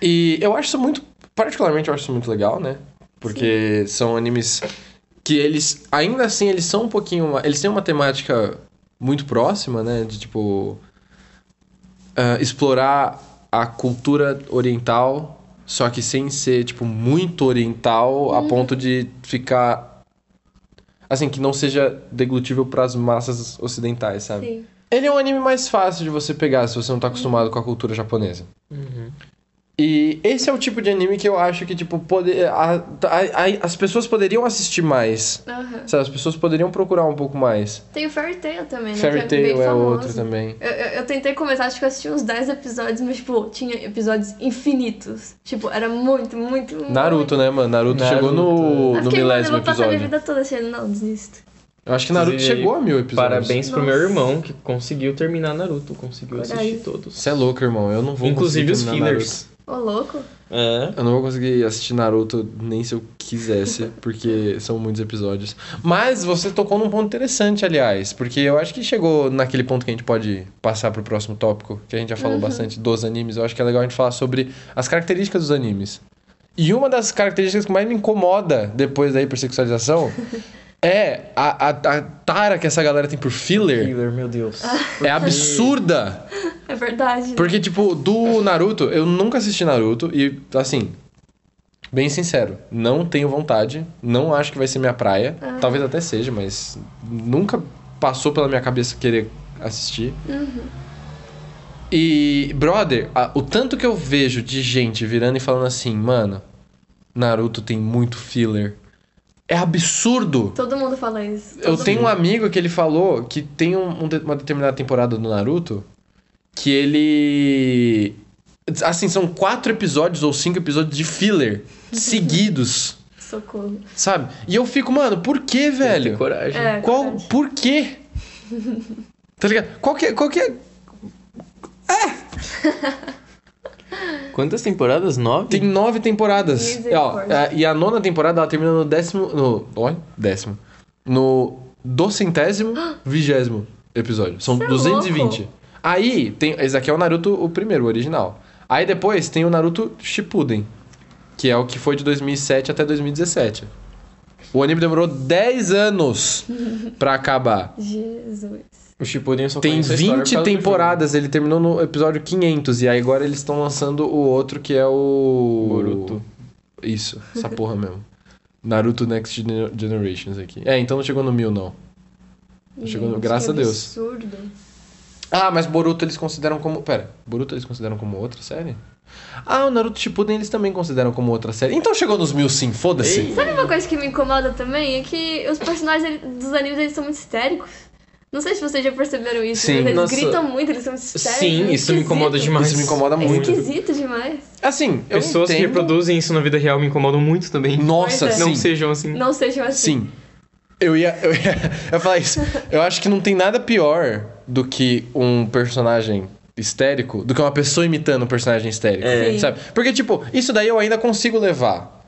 A: E eu acho isso muito. Particularmente eu acho isso muito legal, né? Porque são animes que eles. Ainda assim, eles são um pouquinho. Eles têm uma temática muito próxima, né? De tipo. ah, explorar a cultura oriental, só que sem ser, tipo, muito oriental, a ponto de ficar. Assim, que não seja deglutível pras massas ocidentais, sabe?
C: Sim.
A: Ele é um anime mais fácil de você pegar se você não tá acostumado com a cultura japonesa.
B: Uhum.
A: E esse é o tipo de anime que eu acho que, tipo, poder, a- a- a- as pessoas poderiam assistir mais.
C: Aham.
A: Sabe? As pessoas poderiam procurar um pouco mais.
C: Tem o Fairy Tail também, né?
A: Fairy
C: que é,
A: Tail
C: bem
A: é,
C: famoso.
A: outro também.
C: Eu, eu, eu tentei começar, acho que eu assisti uns 10 episódios, mas, tipo, tinha episódios infinitos. Tipo, era muito, muito, muito.
A: Naruto, né, mano? Naruto,
B: Naruto.
A: chegou
C: Eu
A: no, no
C: fiquei, mano,
A: milésimo
C: eu vou passar minha
A: episódio.
C: vida toda achando, não, desisto.
A: Eu acho que Naruto
B: Inclusive,
A: chegou a mil episódios.
B: Parabéns pro meu
C: Nossa.
B: irmão, que conseguiu terminar Naruto, conseguiu
C: Coragem.
B: assistir todos.
A: Você é louco, irmão. Eu não vou
B: Inclusive os
A: conseguir terminar
B: fillers.
C: Ô, louco.
B: É.
A: Eu não vou conseguir assistir Naruto nem se eu quisesse, porque são muitos episódios. Mas você tocou num ponto interessante, aliás, porque eu acho que chegou naquele ponto que a gente pode passar pro próximo tópico, que a gente já falou bastante dos animes. Eu acho que é legal a gente falar sobre as características dos animes. E uma das características que mais me incomoda depois da hipersexualização É, a, a, a tara que essa galera tem por filler
B: Killer, meu Deus.
C: Ah.
A: é absurda.
C: É verdade.
A: Porque, tipo, do Naruto, eu nunca assisti Naruto e, assim, bem sincero, não tenho vontade, não acho que vai ser minha praia. Talvez até seja, mas nunca passou pela minha cabeça querer assistir. E, brother, a- o tanto que eu vejo de gente virando e falando assim, mano, Naruto tem muito filler. É absurdo!
C: Todo mundo fala isso.
A: Eu
C: Todo
A: tenho um
C: mundo.
A: amigo que ele falou que tem um- um de- uma determinada temporada do Naruto que ele. Assim, são quatro episódios ou cinco episódios de filler seguidos,
C: Socorro.
A: sabe? E eu fico, mano, por que,
B: Tem
A: velho?
B: coragem.
C: É,
A: Qual.
C: verdade.
A: Por quê? Tá ligado? Qual que, é- qual que é.
B: Quantas temporadas? Nove?
A: Tem nove temporadas. É,
C: Misericórdia.
A: Ó, a- e a nona temporada ela termina no décimo. No. Ó, décimo. No docentésimo, vigésimo episódio. São
C: Cê é
A: 220.
C: louco.
A: Aí, tem, esse aqui é o Naruto, o primeiro, o original. Aí depois tem o Naruto Shippuden, que é o que foi de 2007 até 2017. O anime demorou 10 anos pra acabar.
C: Jesus.
B: O Shippuden eu só
A: Tem
B: conheço a história por
A: 20
B: causa do jogo.
A: temporadas, ele terminou no episódio 500 e aí agora eles estão lançando o outro que é o
B: Boruto.
A: Isso, essa porra mesmo. Naruto Next Gener- Generations aqui. É, então não chegou no mil não. Não chegou no-
C: Gente,
A: graças
C: que
A: a Deus.
C: Absurdo.
A: Ah, mas Boruto eles consideram como, pera, Boruto eles consideram como outra série? Ah, o Naruto Shippuden eles também consideram como outra série. Então chegou nos mil sim,
B: assim.
A: foda-se.
C: Sabe uma coisa que me incomoda também? É que os personagens ele- dos animes eles são muito histéricos. Não sei se vocês já perceberam isso,
A: Sim.
C: mas eles
B: Nossa.
C: gritam muito, eles são muito histéricos.
B: Sim,
C: é
B: isso me incomoda
C: esquisito.
B: demais.
A: Isso me incomoda
C: É
A: muito.
C: esquisito demais.
A: Assim, eu
B: Pessoas que
A: entendo-
B: reproduzem isso na vida real me incomodam muito também.
A: Nossa,
C: Pois é.
A: sim.
B: Não sejam assim.
C: Não sejam assim.
A: Sim. Eu ia, eu ia, eu ia falar isso. Eu acho que não tem nada pior do que um personagem histérico, do que uma pessoa imitando um personagem histérico.
C: É. Sim.
A: Sabe? Porque, tipo, isso daí eu ainda consigo levar.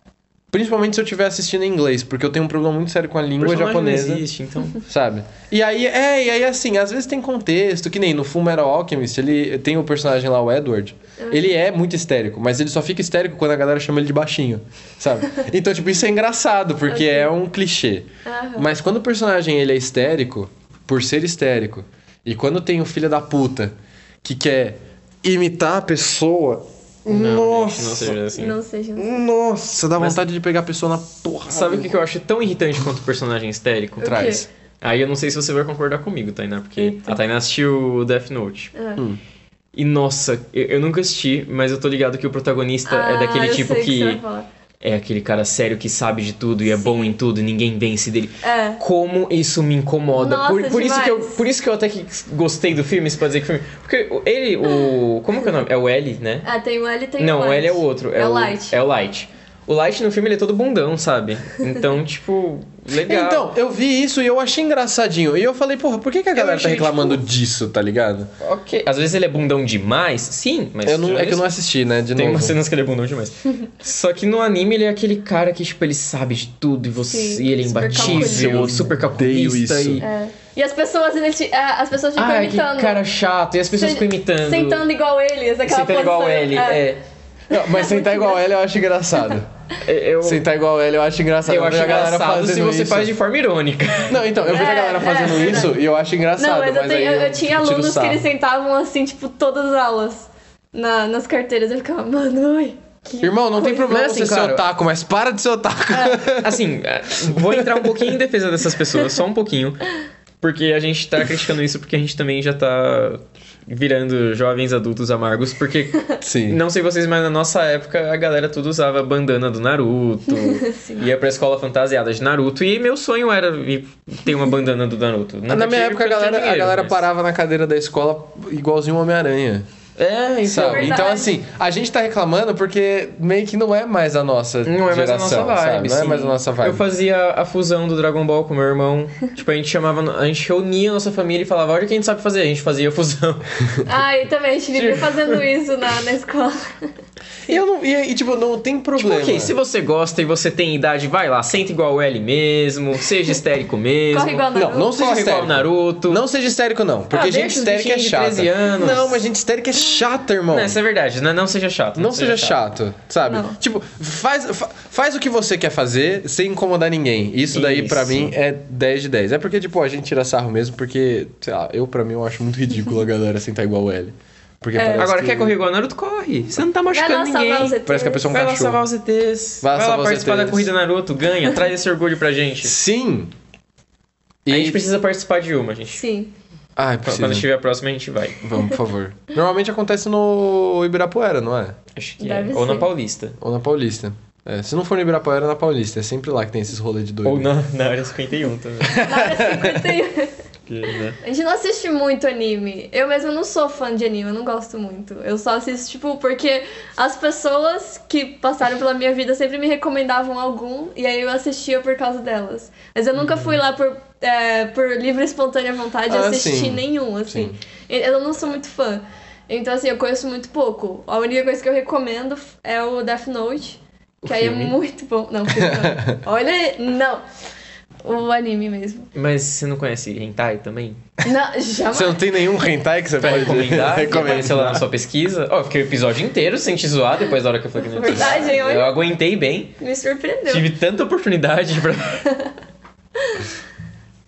A: Principalmente se eu estiver assistindo em inglês, porque eu tenho um problema muito sério com a língua
B: Personagem
A: japonesa.
B: Não existe, então.
A: Sabe? E aí, é, e aí assim, às vezes tem contexto, que nem no Full Metal Alchemist, ele tem o personagem lá, o Edward. Ele é muito histérico, mas ele só fica histérico quando a galera chama ele de baixinho, sabe? Então, tipo, isso é engraçado, porque
C: Ok.
A: é um clichê.
C: Aham.
A: Mas quando o personagem ele é histérico, por ser histérico, e quando tem o filho da puta que quer imitar a pessoa,
B: Não, gente, não
A: nossa,
B: seja assim.
C: Não sejam assim.
A: nossa, dá
B: Mas-
A: vontade de pegar a pessoa na porra.
B: Sabe o que que eu acho tão irritante quanto o personagem histérico?
C: Eu-
A: traz?
B: Aí eu não sei se você vai concordar comigo, Tainá, porque
C: Eita.
B: a Tainá assistiu o Death Note.
C: Ah.
B: E nossa, eu, eu nunca assisti, mas eu tô ligado que o protagonista
C: Ah,
B: é daquele
C: eu
B: tipo
C: sei o que... você vai
B: que
C: falar.
B: é aquele cara sério que sabe de tudo e é bom em tudo e ninguém vence dele.
C: É.
B: Como isso me incomoda.
C: Nossa,
B: por, por isso que eu,
C: demais.
B: por isso que eu até que gostei do filme, se pode dizer que filme. Porque o- ele, o. Como que é o nome? É o L, né?
C: Ah, tem o L e tem o
B: Não,
C: Light.
B: o L é o outro. É,
C: É o Light.
B: É o Light. O Light no filme ele é todo bundão, sabe? Então, tipo, legal.
A: Então, eu vi isso e eu achei engraçadinho. E eu falei, porra, por que, que a
B: Eu
A: galera tá
B: achei, tipo
A: reclamando disso, tá ligado?
B: ok. Às vezes ele é bundão demais, sim, mas.
A: Eu não, é que eu não assisti, né? De
B: Tem
A: novo.
B: umas cenas que ele é bundão demais. Só que no anime ele é aquele cara que, tipo, ele sabe de tudo e você.
C: Sim,
B: e ele é
C: super
B: imbatível,
A: calculista.
B: super calculista.
A: Odeio
B: E...
A: isso.
C: É. E as pessoas, ele te- ah, as pessoas ficam
B: Ah, que
C: imitando.
B: cara chato. E as pessoas
C: Se-
B: ficam imitando.
C: Sentando igual eles, aquela
B: Sentando igual
C: posição.
B: ele.
C: É.
B: É.
A: Não, mas sentar igual ela eu acho engraçado.
B: É, Eu,
A: Sentar igual ela eu acho engraçado.
B: eu acho
A: vejo a galera
B: engraçado se
A: fazendo
B: você
A: isso.
B: faz de forma irônica.
A: Não, então, eu vejo a
C: É,
A: galera
C: é,
A: fazendo
C: verdade.
A: isso e eu acho engraçado.
C: Não, mas eu, tenho-
A: aí
C: eu- eu tinha
A: tiro o
C: alunos que
A: sarro.
C: eles sentavam assim, tipo, todas as aulas na- nas carteiras. Eu ficava, mano, ai, que.
A: Irmão, não tem
C: coisa." É.
A: problema
B: Mas assim,
A: você
B: claro-
A: ser otaku, mas para de ser otaku.
B: Assim, eh, vou entrar um pouquinho em defesa dessas pessoas, só um pouquinho. Porque a gente tá criticando isso porque a gente também já tá virando jovens adultos amargos. Porque,
A: Sim.
B: não sei vocês, mas na nossa época a galera tudo usava bandana do Naruto.
C: Sim.
B: Ia pra escola fantasiada de Naruto. E meu sonho era ir- ter uma bandana do Naruto. Nunca
A: Na minha
B: tive
A: época, a
B: porque eu
A: galera,
B: tinha dinheiro,
A: a galera
B: mas-
A: parava na cadeira da escola igualzinho o Homem-Aranha,
B: É, então.
A: sabe?
C: verdade.
A: Então, assim, a gente tá reclamando porque meio que não é mais a nossa
B: Não é mais
A: geração,
B: a nossa vibe.
A: sabe? Não é
B: sim.
A: mais a nossa vibe.
B: Eu fazia a fusão do Dragon Ball com meu irmão. tipo, a gente chamava, a gente reunia a nossa família e falava: olha o que a
C: Ah,
B: gente sabe fazer. A gente fazia a fusão. Tipo,
C: Ai, também, a gente vivia fazendo isso na, na escola.
A: E eu não. E, e, tipo, não tem problema.
B: ok, se você gosta e você tem idade, vai lá, senta igual o L mesmo, seja histérico mesmo.
C: Corre igual a
A: Não,
C: Naruto.
A: não seja
B: Corre igual
A: histérico.
B: o Naruto.
A: Não seja histérico, não. Porque
B: Ah,
A: gente
B: deixa os
A: histérica é
B: bichinhos de
A: chata.
B: 13 anos.
A: Não, mas gente histérica é chata, irmão.
B: Não, isso é verdade. Não, não seja é chato.
A: Não seja chato, sabe?
C: Não.
A: Tipo, faz, fa- faz o que você quer fazer sem incomodar ninguém. Isso daí,
B: Isso.
A: pra mim, é 10 de 10. É porque, tipo, a gente tira sarro mesmo, porque, sei lá, eu, pra mim, eu acho muito ridículo a galera sentar igual o L. Porque parece
B: É, Agora,
A: que...
B: quer correr igual o Naruto? Corre. Você não tá
C: Vai
B: machucando
C: lá salvar os
B: ninguém.
C: ETs.
A: Parece que a pessoa é um
B: Vai lá
A: cachorro.
B: salvar os ETs.
A: Vai lá
B: Vai, lá
A: salvar os
B: participar
A: ETs.
B: da corrida Naruto. Ganha. Traz esse orgulho pra gente.
A: Sim! E...
B: A gente precisa participar de uma, gente.
C: Sim.
A: Ai,
B: Qu-
A: precisa.
B: Quando tiver a próxima, a gente vai.
A: Vamos, por favor. Normalmente acontece no Ibirapuera, não é?
B: Acho que
C: Deve
B: é. Ou na
C: ser.
B: Paulista.
A: Ou na Paulista. É, se não for no Ibirapuera, é na Paulista. É sempre lá que tem esses rolês de doido.
B: Ou na, na área 51 também.
C: Na hora 51.
B: Porque, né?
C: A gente não assiste muito anime. Eu mesmo não sou fã de anime, eu não gosto muito. Eu só assisto, tipo, porque as pessoas que passaram pela minha vida sempre me recomendavam algum e aí eu assistia por causa delas. Mas eu nunca fui lá por, é, por livre e espontânea vontade
A: Uhum. Ah,
C: assistir
A: sim.
C: nenhum, assim.
A: Sim.
C: Eu não sou muito fã. Então, assim, eu conheço muito pouco. A única coisa que eu recomendo é o Death Note, que aí é
A: filme?
C: muito bom. Não, filme não. olha, aí, não. O anime mesmo.
B: Mas você não conhece Hentai também?
C: Não, jamais.
A: Você não tem nenhum hentai que você
B: Pra
A: pode
B: recomendar? que
A: recomendar?
B: Apareceu lá na sua pesquisa? Ó, eu fiquei o episódio inteiro sem te zoar depois da hora que eu falei que não ia te zoar.
C: Verdade, hein? Olha.
B: Eu aguentei bem.
C: Me surpreendeu.
B: Tive tanta oportunidade pra...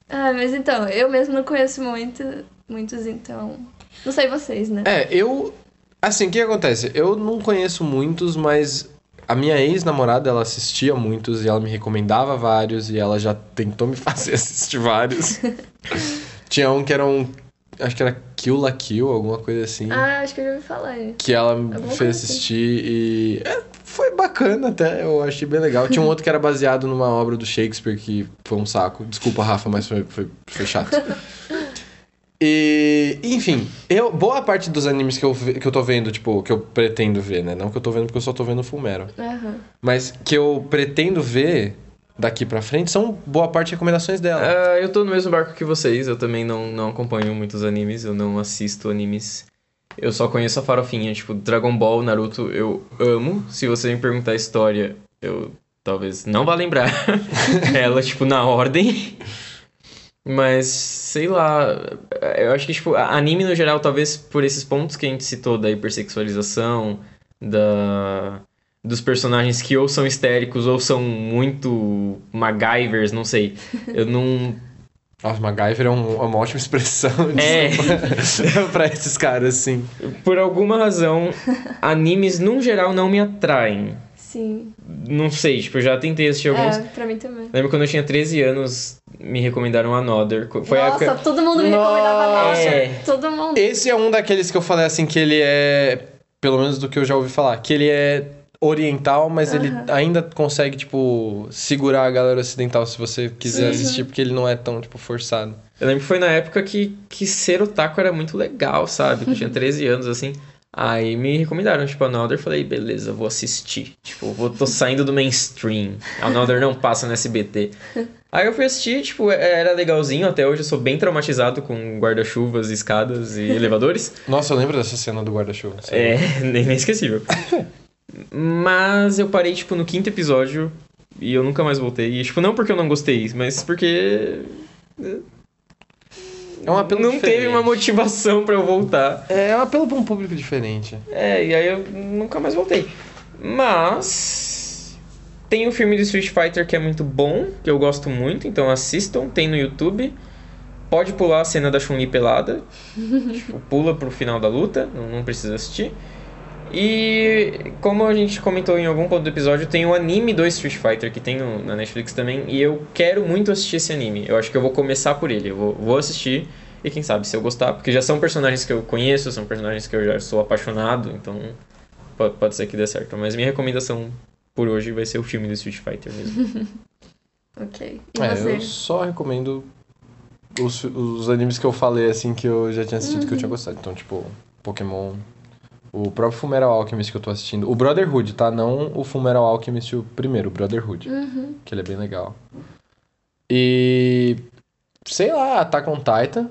C: Ah, mas então, eu mesmo não conheço muito, muitos, então. Não sei vocês, né?
A: É, eu. Assim, o que acontece? Eu não conheço muitos, mas a minha ex-namorada, ela assistia muitos e ela me recomendava vários e ela já tentou me fazer assistir vários. Tinha um que era um. Acho que era Kill La Kill, alguma coisa assim.
C: Ah, acho que eu já ouvi falar. hein?
A: Que ela me
C: Alguma
A: fez
C: coisa assim.
A: assistir e. é, foi bacana até, eu achei bem legal. Tinha um outro que era baseado numa obra do Shakespeare que foi um saco. Desculpa, Rafa, mas foi, foi, foi chato. E, enfim, eu, boa parte dos animes que eu, ve- que eu tô vendo, tipo, que eu pretendo ver, né? Não que eu tô vendo porque eu só tô vendo Fumero.
C: Aham.
A: Mas que eu pretendo ver daqui pra frente são boa parte recomendações dela.
B: Ah, eu tô no mesmo barco que vocês, eu também não, não acompanho muitos animes, eu não assisto animes. Eu só conheço a farofinha, tipo, Dragon Ball, Naruto, eu amo. Se você me perguntar a história, eu talvez não vá lembrar ela, tipo, na ordem. Mas, sei lá, eu acho que, tipo, a- anime no geral, talvez por esses pontos que a gente citou da hipersexualização, da... dos personagens que ou são histéricos ou são muito MacGyvers, não sei. Eu não.
A: Nossa, MacGyver é um- uma ótima expressão
B: É.
A: desculpa, pra esses caras, assim.
B: Por alguma razão, animes num geral não me atraem.
C: Sim.
B: Não sei, tipo, eu já tentei assistir alguns.
C: É, pra mim também.
B: Lembro quando eu tinha 13 anos, me recomendaram Another. Co- Foi
C: Nossa,
B: a época.
C: todo mundo me recomendava
A: Nossa.
C: Nossa. Todo mundo.
A: Esse é um daqueles que eu falei assim que ele é, pelo menos do que eu já ouvi falar, que ele é oriental, mas ele
C: Aham.
A: ainda consegue tipo segurar a galera ocidental se você quiser
B: Sim.
A: assistir, porque ele não é tão tipo forçado.
B: Eu lembro que foi na época que, que ser otaku era muito legal, sabe? Que eu tinha 13 anos, assim. Aí me recomendaram, tipo, Another. Falei, beleza, vou assistir. Tipo, vou, tô saindo do mainstream. Another não passa no SBT. Aí eu fui assistir, tipo, é- era legalzinho. Até hoje eu sou bem traumatizado com guarda-chuvas, escadas e elevadores.
A: Nossa, eu lembro dessa cena do guarda-chuva. sério.
B: É, nem inesquecível. mas eu parei, tipo, no quinto episódio e eu nunca mais voltei. E, tipo, não porque eu não gostei, mas porque.
A: É um apelo
B: não
A: diferente.
B: teve uma motivação pra eu voltar.
A: É um apelo pra um público diferente.
B: É, e aí eu nunca mais voltei. Mas. Tem o filme de Street Fighter que é muito bom, que eu gosto muito, então assistam, tem no YouTube. Pode pular a cena da Chun-Li pelada. tipo, pula pro final da luta, não, não precisa assistir. E como a gente comentou em algum ponto do episódio, tem o anime do Street Fighter que tem no- na Netflix também, e eu quero muito assistir esse anime. Eu acho que eu vou começar por ele, eu vou, vou assistir e quem sabe se eu gostar, porque já são personagens que eu conheço, são personagens que eu já sou apaixonado, então po- pode ser que dê certo. Mas minha recomendação por hoje vai ser o filme do Street Fighter mesmo.
C: Ok. E
A: é,
C: você?
A: eu só recomendo os, os animes que eu falei assim que eu já tinha assistido que
C: Uhum.
A: eu tinha gostado. Então, tipo, Pokémon, o próprio Fullmetal Alchemist que eu tô assistindo, o Brotherhood, tá? Não o Fullmetal Alchemist o primeiro, o Brotherhood,
C: Uhum.
A: que ele é bem legal. E sei lá, Attack on Titan.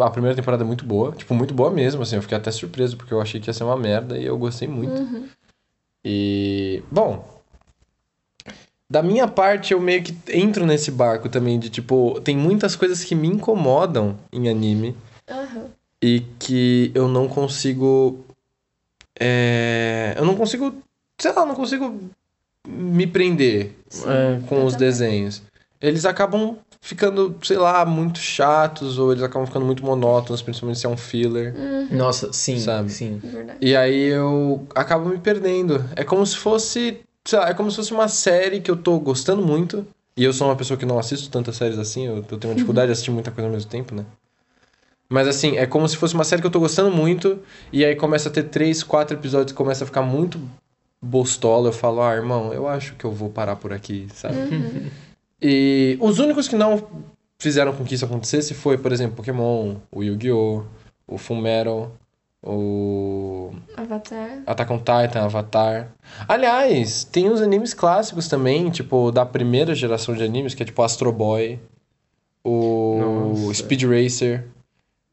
A: A primeira temporada é
C: uhum.
A: muito boa, tipo, muito boa mesmo, assim, eu fiquei até surpreso porque eu achei que ia ser uma merda e eu gostei muito. E. Bom. Da minha parte, eu meio que entro nesse barco também de tipo. Tem muitas coisas que me incomodam em anime
C: Aham.
A: e que eu não consigo. É, eu não consigo. Sei lá, eu não consigo me prender
B: É,
A: com os
C: também.
A: desenhos. Eles acabam ficando, sei lá, muito chatos ou eles acabam ficando muito monótonos, principalmente se é um filler.
B: Nossa, sim,
A: Sabe?
B: sim.
C: Verdade.
A: E aí eu acabo me perdendo. É como se fosse, sei lá, é como se fosse uma série que eu tô gostando muito. E eu sou uma pessoa que não assisto tantas séries assim, eu, eu tenho uma dificuldade de assistir muita coisa ao mesmo tempo, né? Mas assim, é como se fosse uma série que eu tô gostando muito, e aí começa a ter três, quatro episódios, começa a ficar muito bostola. Eu falo, ah, irmão, eu acho que eu vou parar por aqui, sabe? E os únicos que não fizeram com que isso acontecesse foi, por exemplo, Pokémon, o Yu-Gi-Oh!, o Fullmetal, o
C: Avatar.
A: Attack on Titan, Avatar. Aliás, tem os animes clássicos também, tipo, da primeira geração de animes, que é tipo Astro Boy, o
B: Nossa.
A: Speed Racer,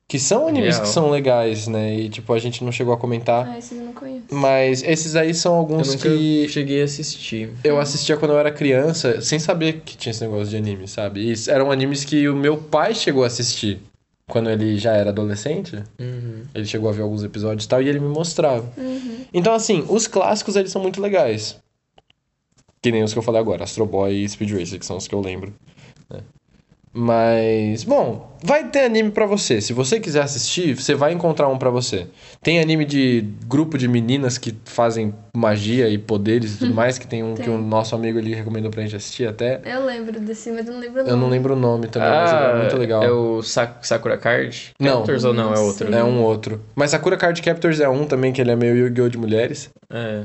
A: que são animes
B: Real.
A: que são legais, né? E tipo, a gente não chegou a comentar,
C: Ah, esses eu não conheço.
A: mas esses aí são
B: Eu
A: alguns
B: nunca
A: que
B: cheguei a assistir.
A: eu assistia quando eu era criança, sem saber que tinha esse negócio de anime, sabe? E eram animes que o meu pai chegou a assistir quando ele já era adolescente.
B: Uhum.
A: Ele chegou a ver alguns episódios e tal, e ele me mostrava. Então, assim, os clássicos eles são muito legais. Que nem os que eu falei agora, Astro Boy e Speed Racer, que são os que eu lembro. né? Mas, bom, vai ter anime pra você. Se você quiser assistir, você vai encontrar um pra você. Tem anime de grupo de meninas que fazem magia e poderes e tudo mais, que tem um que
C: Tem.
A: o nosso amigo ali recomendou pra gente assistir até.
C: Eu lembro desse, mas eu não lembro o
A: Eu não
C: nome.
A: lembro o nome também, mas ele é muito legal.
B: É o Sa- Sakura Card?
A: Não.
B: Captors ou não? É
C: Não
B: outro.
A: É um outro. Mas Sakura Card Captors é um também, que ele é meio Yu-Gi-Oh! de mulheres.
B: É.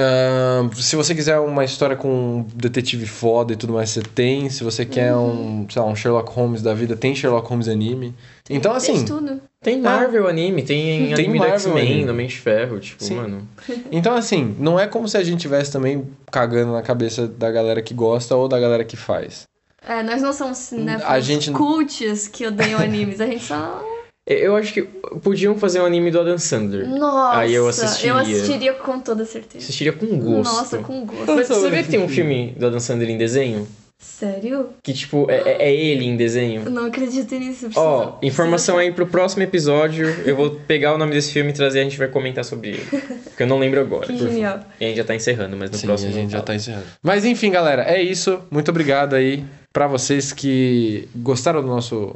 A: Ahn, se você quiser uma história com um detetive foda e tudo mais, você tem. Se você quer um, sei lá, um Sherlock Holmes da vida, tem Sherlock Holmes anime.
C: Uhum. Tem-
A: então,
C: tem
A: assim,
C: de tudo.
B: Tem Marvel anime, tem,
A: Tem
B: anime
A: Marvel
B: do X-Men,
A: anime.
B: do Homem de Ferro, tipo,
A: Sim.
B: mano.
A: então assim, não é como se a gente tivesse também cagando na cabeça da galera que gosta ou da galera que faz.
C: É, nós não somos cinéfilos
A: A gente-
C: cultes que odeiam animes. A gente só.
B: Eu acho que podiam fazer um anime do Adam Sandler.
C: Nossa!
B: Aí eu
C: eu
B: assistiria.
C: assistiria com toda certeza.
B: Assistiria com gosto.
C: Nossa, com gosto.
B: Mas você sabia que tem um filme do Adam Sandler em desenho?
C: Sério?
B: Que, tipo, é, é- é ele em desenho?
C: Eu não acredito nisso. eu preciso-
B: Ó, informação
C: preciso-
B: aí pro próximo episódio. Eu vou pegar o nome desse filme e trazer a gente vai comentar sobre ele. Porque eu não lembro agora.
C: Que
B: por favor.
C: genial.
B: E a gente já tá encerrando, mas no
A: Sim,
B: próximo.
A: a gente
B: eu
A: já
B: falo.
A: tá encerrando. Mas enfim, galera, é isso. Muito obrigado aí pra vocês que gostaram do nosso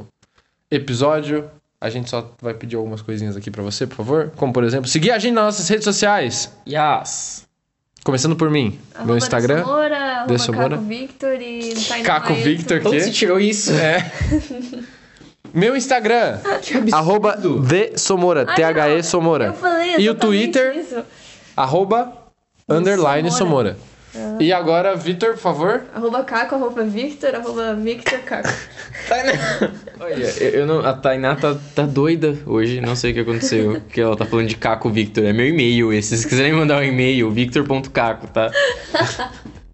A: episódio. A gente só vai pedir algumas coisinhas aqui pra você, por favor. Como, por exemplo, seguir a gente nas nossas redes sociais.
B: Yes!
A: Começando por mim, meu
C: Arroba
A: Instagram.
C: Dessomora, arroba
A: Dessomora.
C: Caco Victor e tá Tainá
A: Caco
C: Maieto.
A: Victor.
B: Onde
A: Quê?
B: você tirou isso?
A: É. Meu Instagram,
B: Que absurdo.
A: arroba The Somora,
C: Ah,
A: THE Somora.
C: Eu falei
A: E o
C: exatamente
A: Twitter?
C: isso.
A: Arroba underline Somora. E agora, Vitor, por favor.
C: Arroba Caco, arroba Victor, arroba Victor Caco.
A: Tá,
B: Tainá.
A: né?
B: Olha, é, eu, eu não, a Tainá tá, tá doida hoje, não sei o que aconteceu. Porque ela tá falando de Caco Victor. É meu e-mail esse. Se vocês quiserem mandar um e-mail, victor.caco, tá?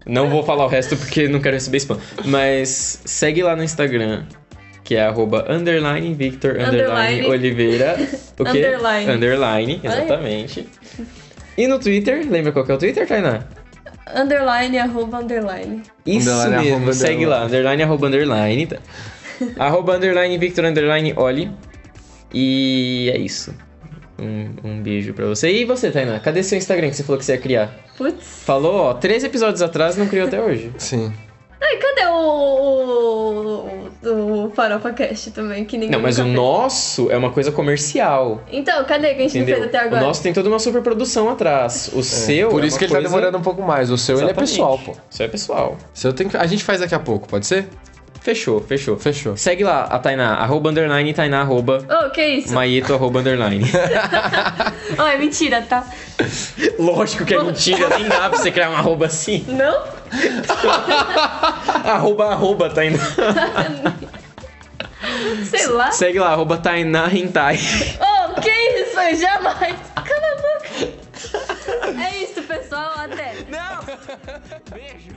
B: Não vou falar o resto porque não quero receber spam. Mas segue lá no Instagram, que é arroba underline Victor underline
C: Underline.
B: Oliveira. O quê?
C: Underline.
B: Underline, exatamente. E no Twitter, lembra qual que é o Twitter, Tainá?
C: underline, arroba underline.
B: Isso
A: Underline,
B: mesmo,
A: arroba,
B: segue lá, underline, arroba, underline, tá? arroba, underline, Victor, underline, Oli. E é isso. Um, um beijo pra você. E você, Tainá, cadê seu Instagram que você falou que você ia criar?
C: Putz.
B: Falou, ó, três episódios atrás, não criou até hoje.
A: Sim.
C: Ai, cadê o, o, o Farofa Cast também? Que ninguém
B: Não, mas o
C: nunca fez?
B: nosso é uma coisa comercial,
C: Então, cadê que a gente não
B: entendeu?
C: fez até
B: O
C: agora?
B: nosso tem toda uma superprodução atrás. O seu
A: Por
B: é
A: isso
B: uma
A: que ele tá
B: coisa-
A: demorando um pouco mais. O seu ele é
B: Exatamente.
A: pessoal, pô.
B: O seu é pessoal.
A: O Seu tem que... A gente faz daqui a pouco, pode ser?
B: Fechou, fechou.
A: Fechou.
B: Segue lá a Tainá, arroba, underline, Tainá, arroba,
C: Oh, que isso?
B: maieto, arroba, underline.
C: Oh, é mentira, tá?
B: Lógico que é mentira, nem dá pra você criar um arroba assim.
C: Não?
B: Arroba, arroba, Tainá.
C: Sei lá.
B: Segue lá, arroba Tainá Hentai.
C: Oh, que isso? Jamais. Cala a boca. É isso, pessoal. Até.
B: Não! Beijo!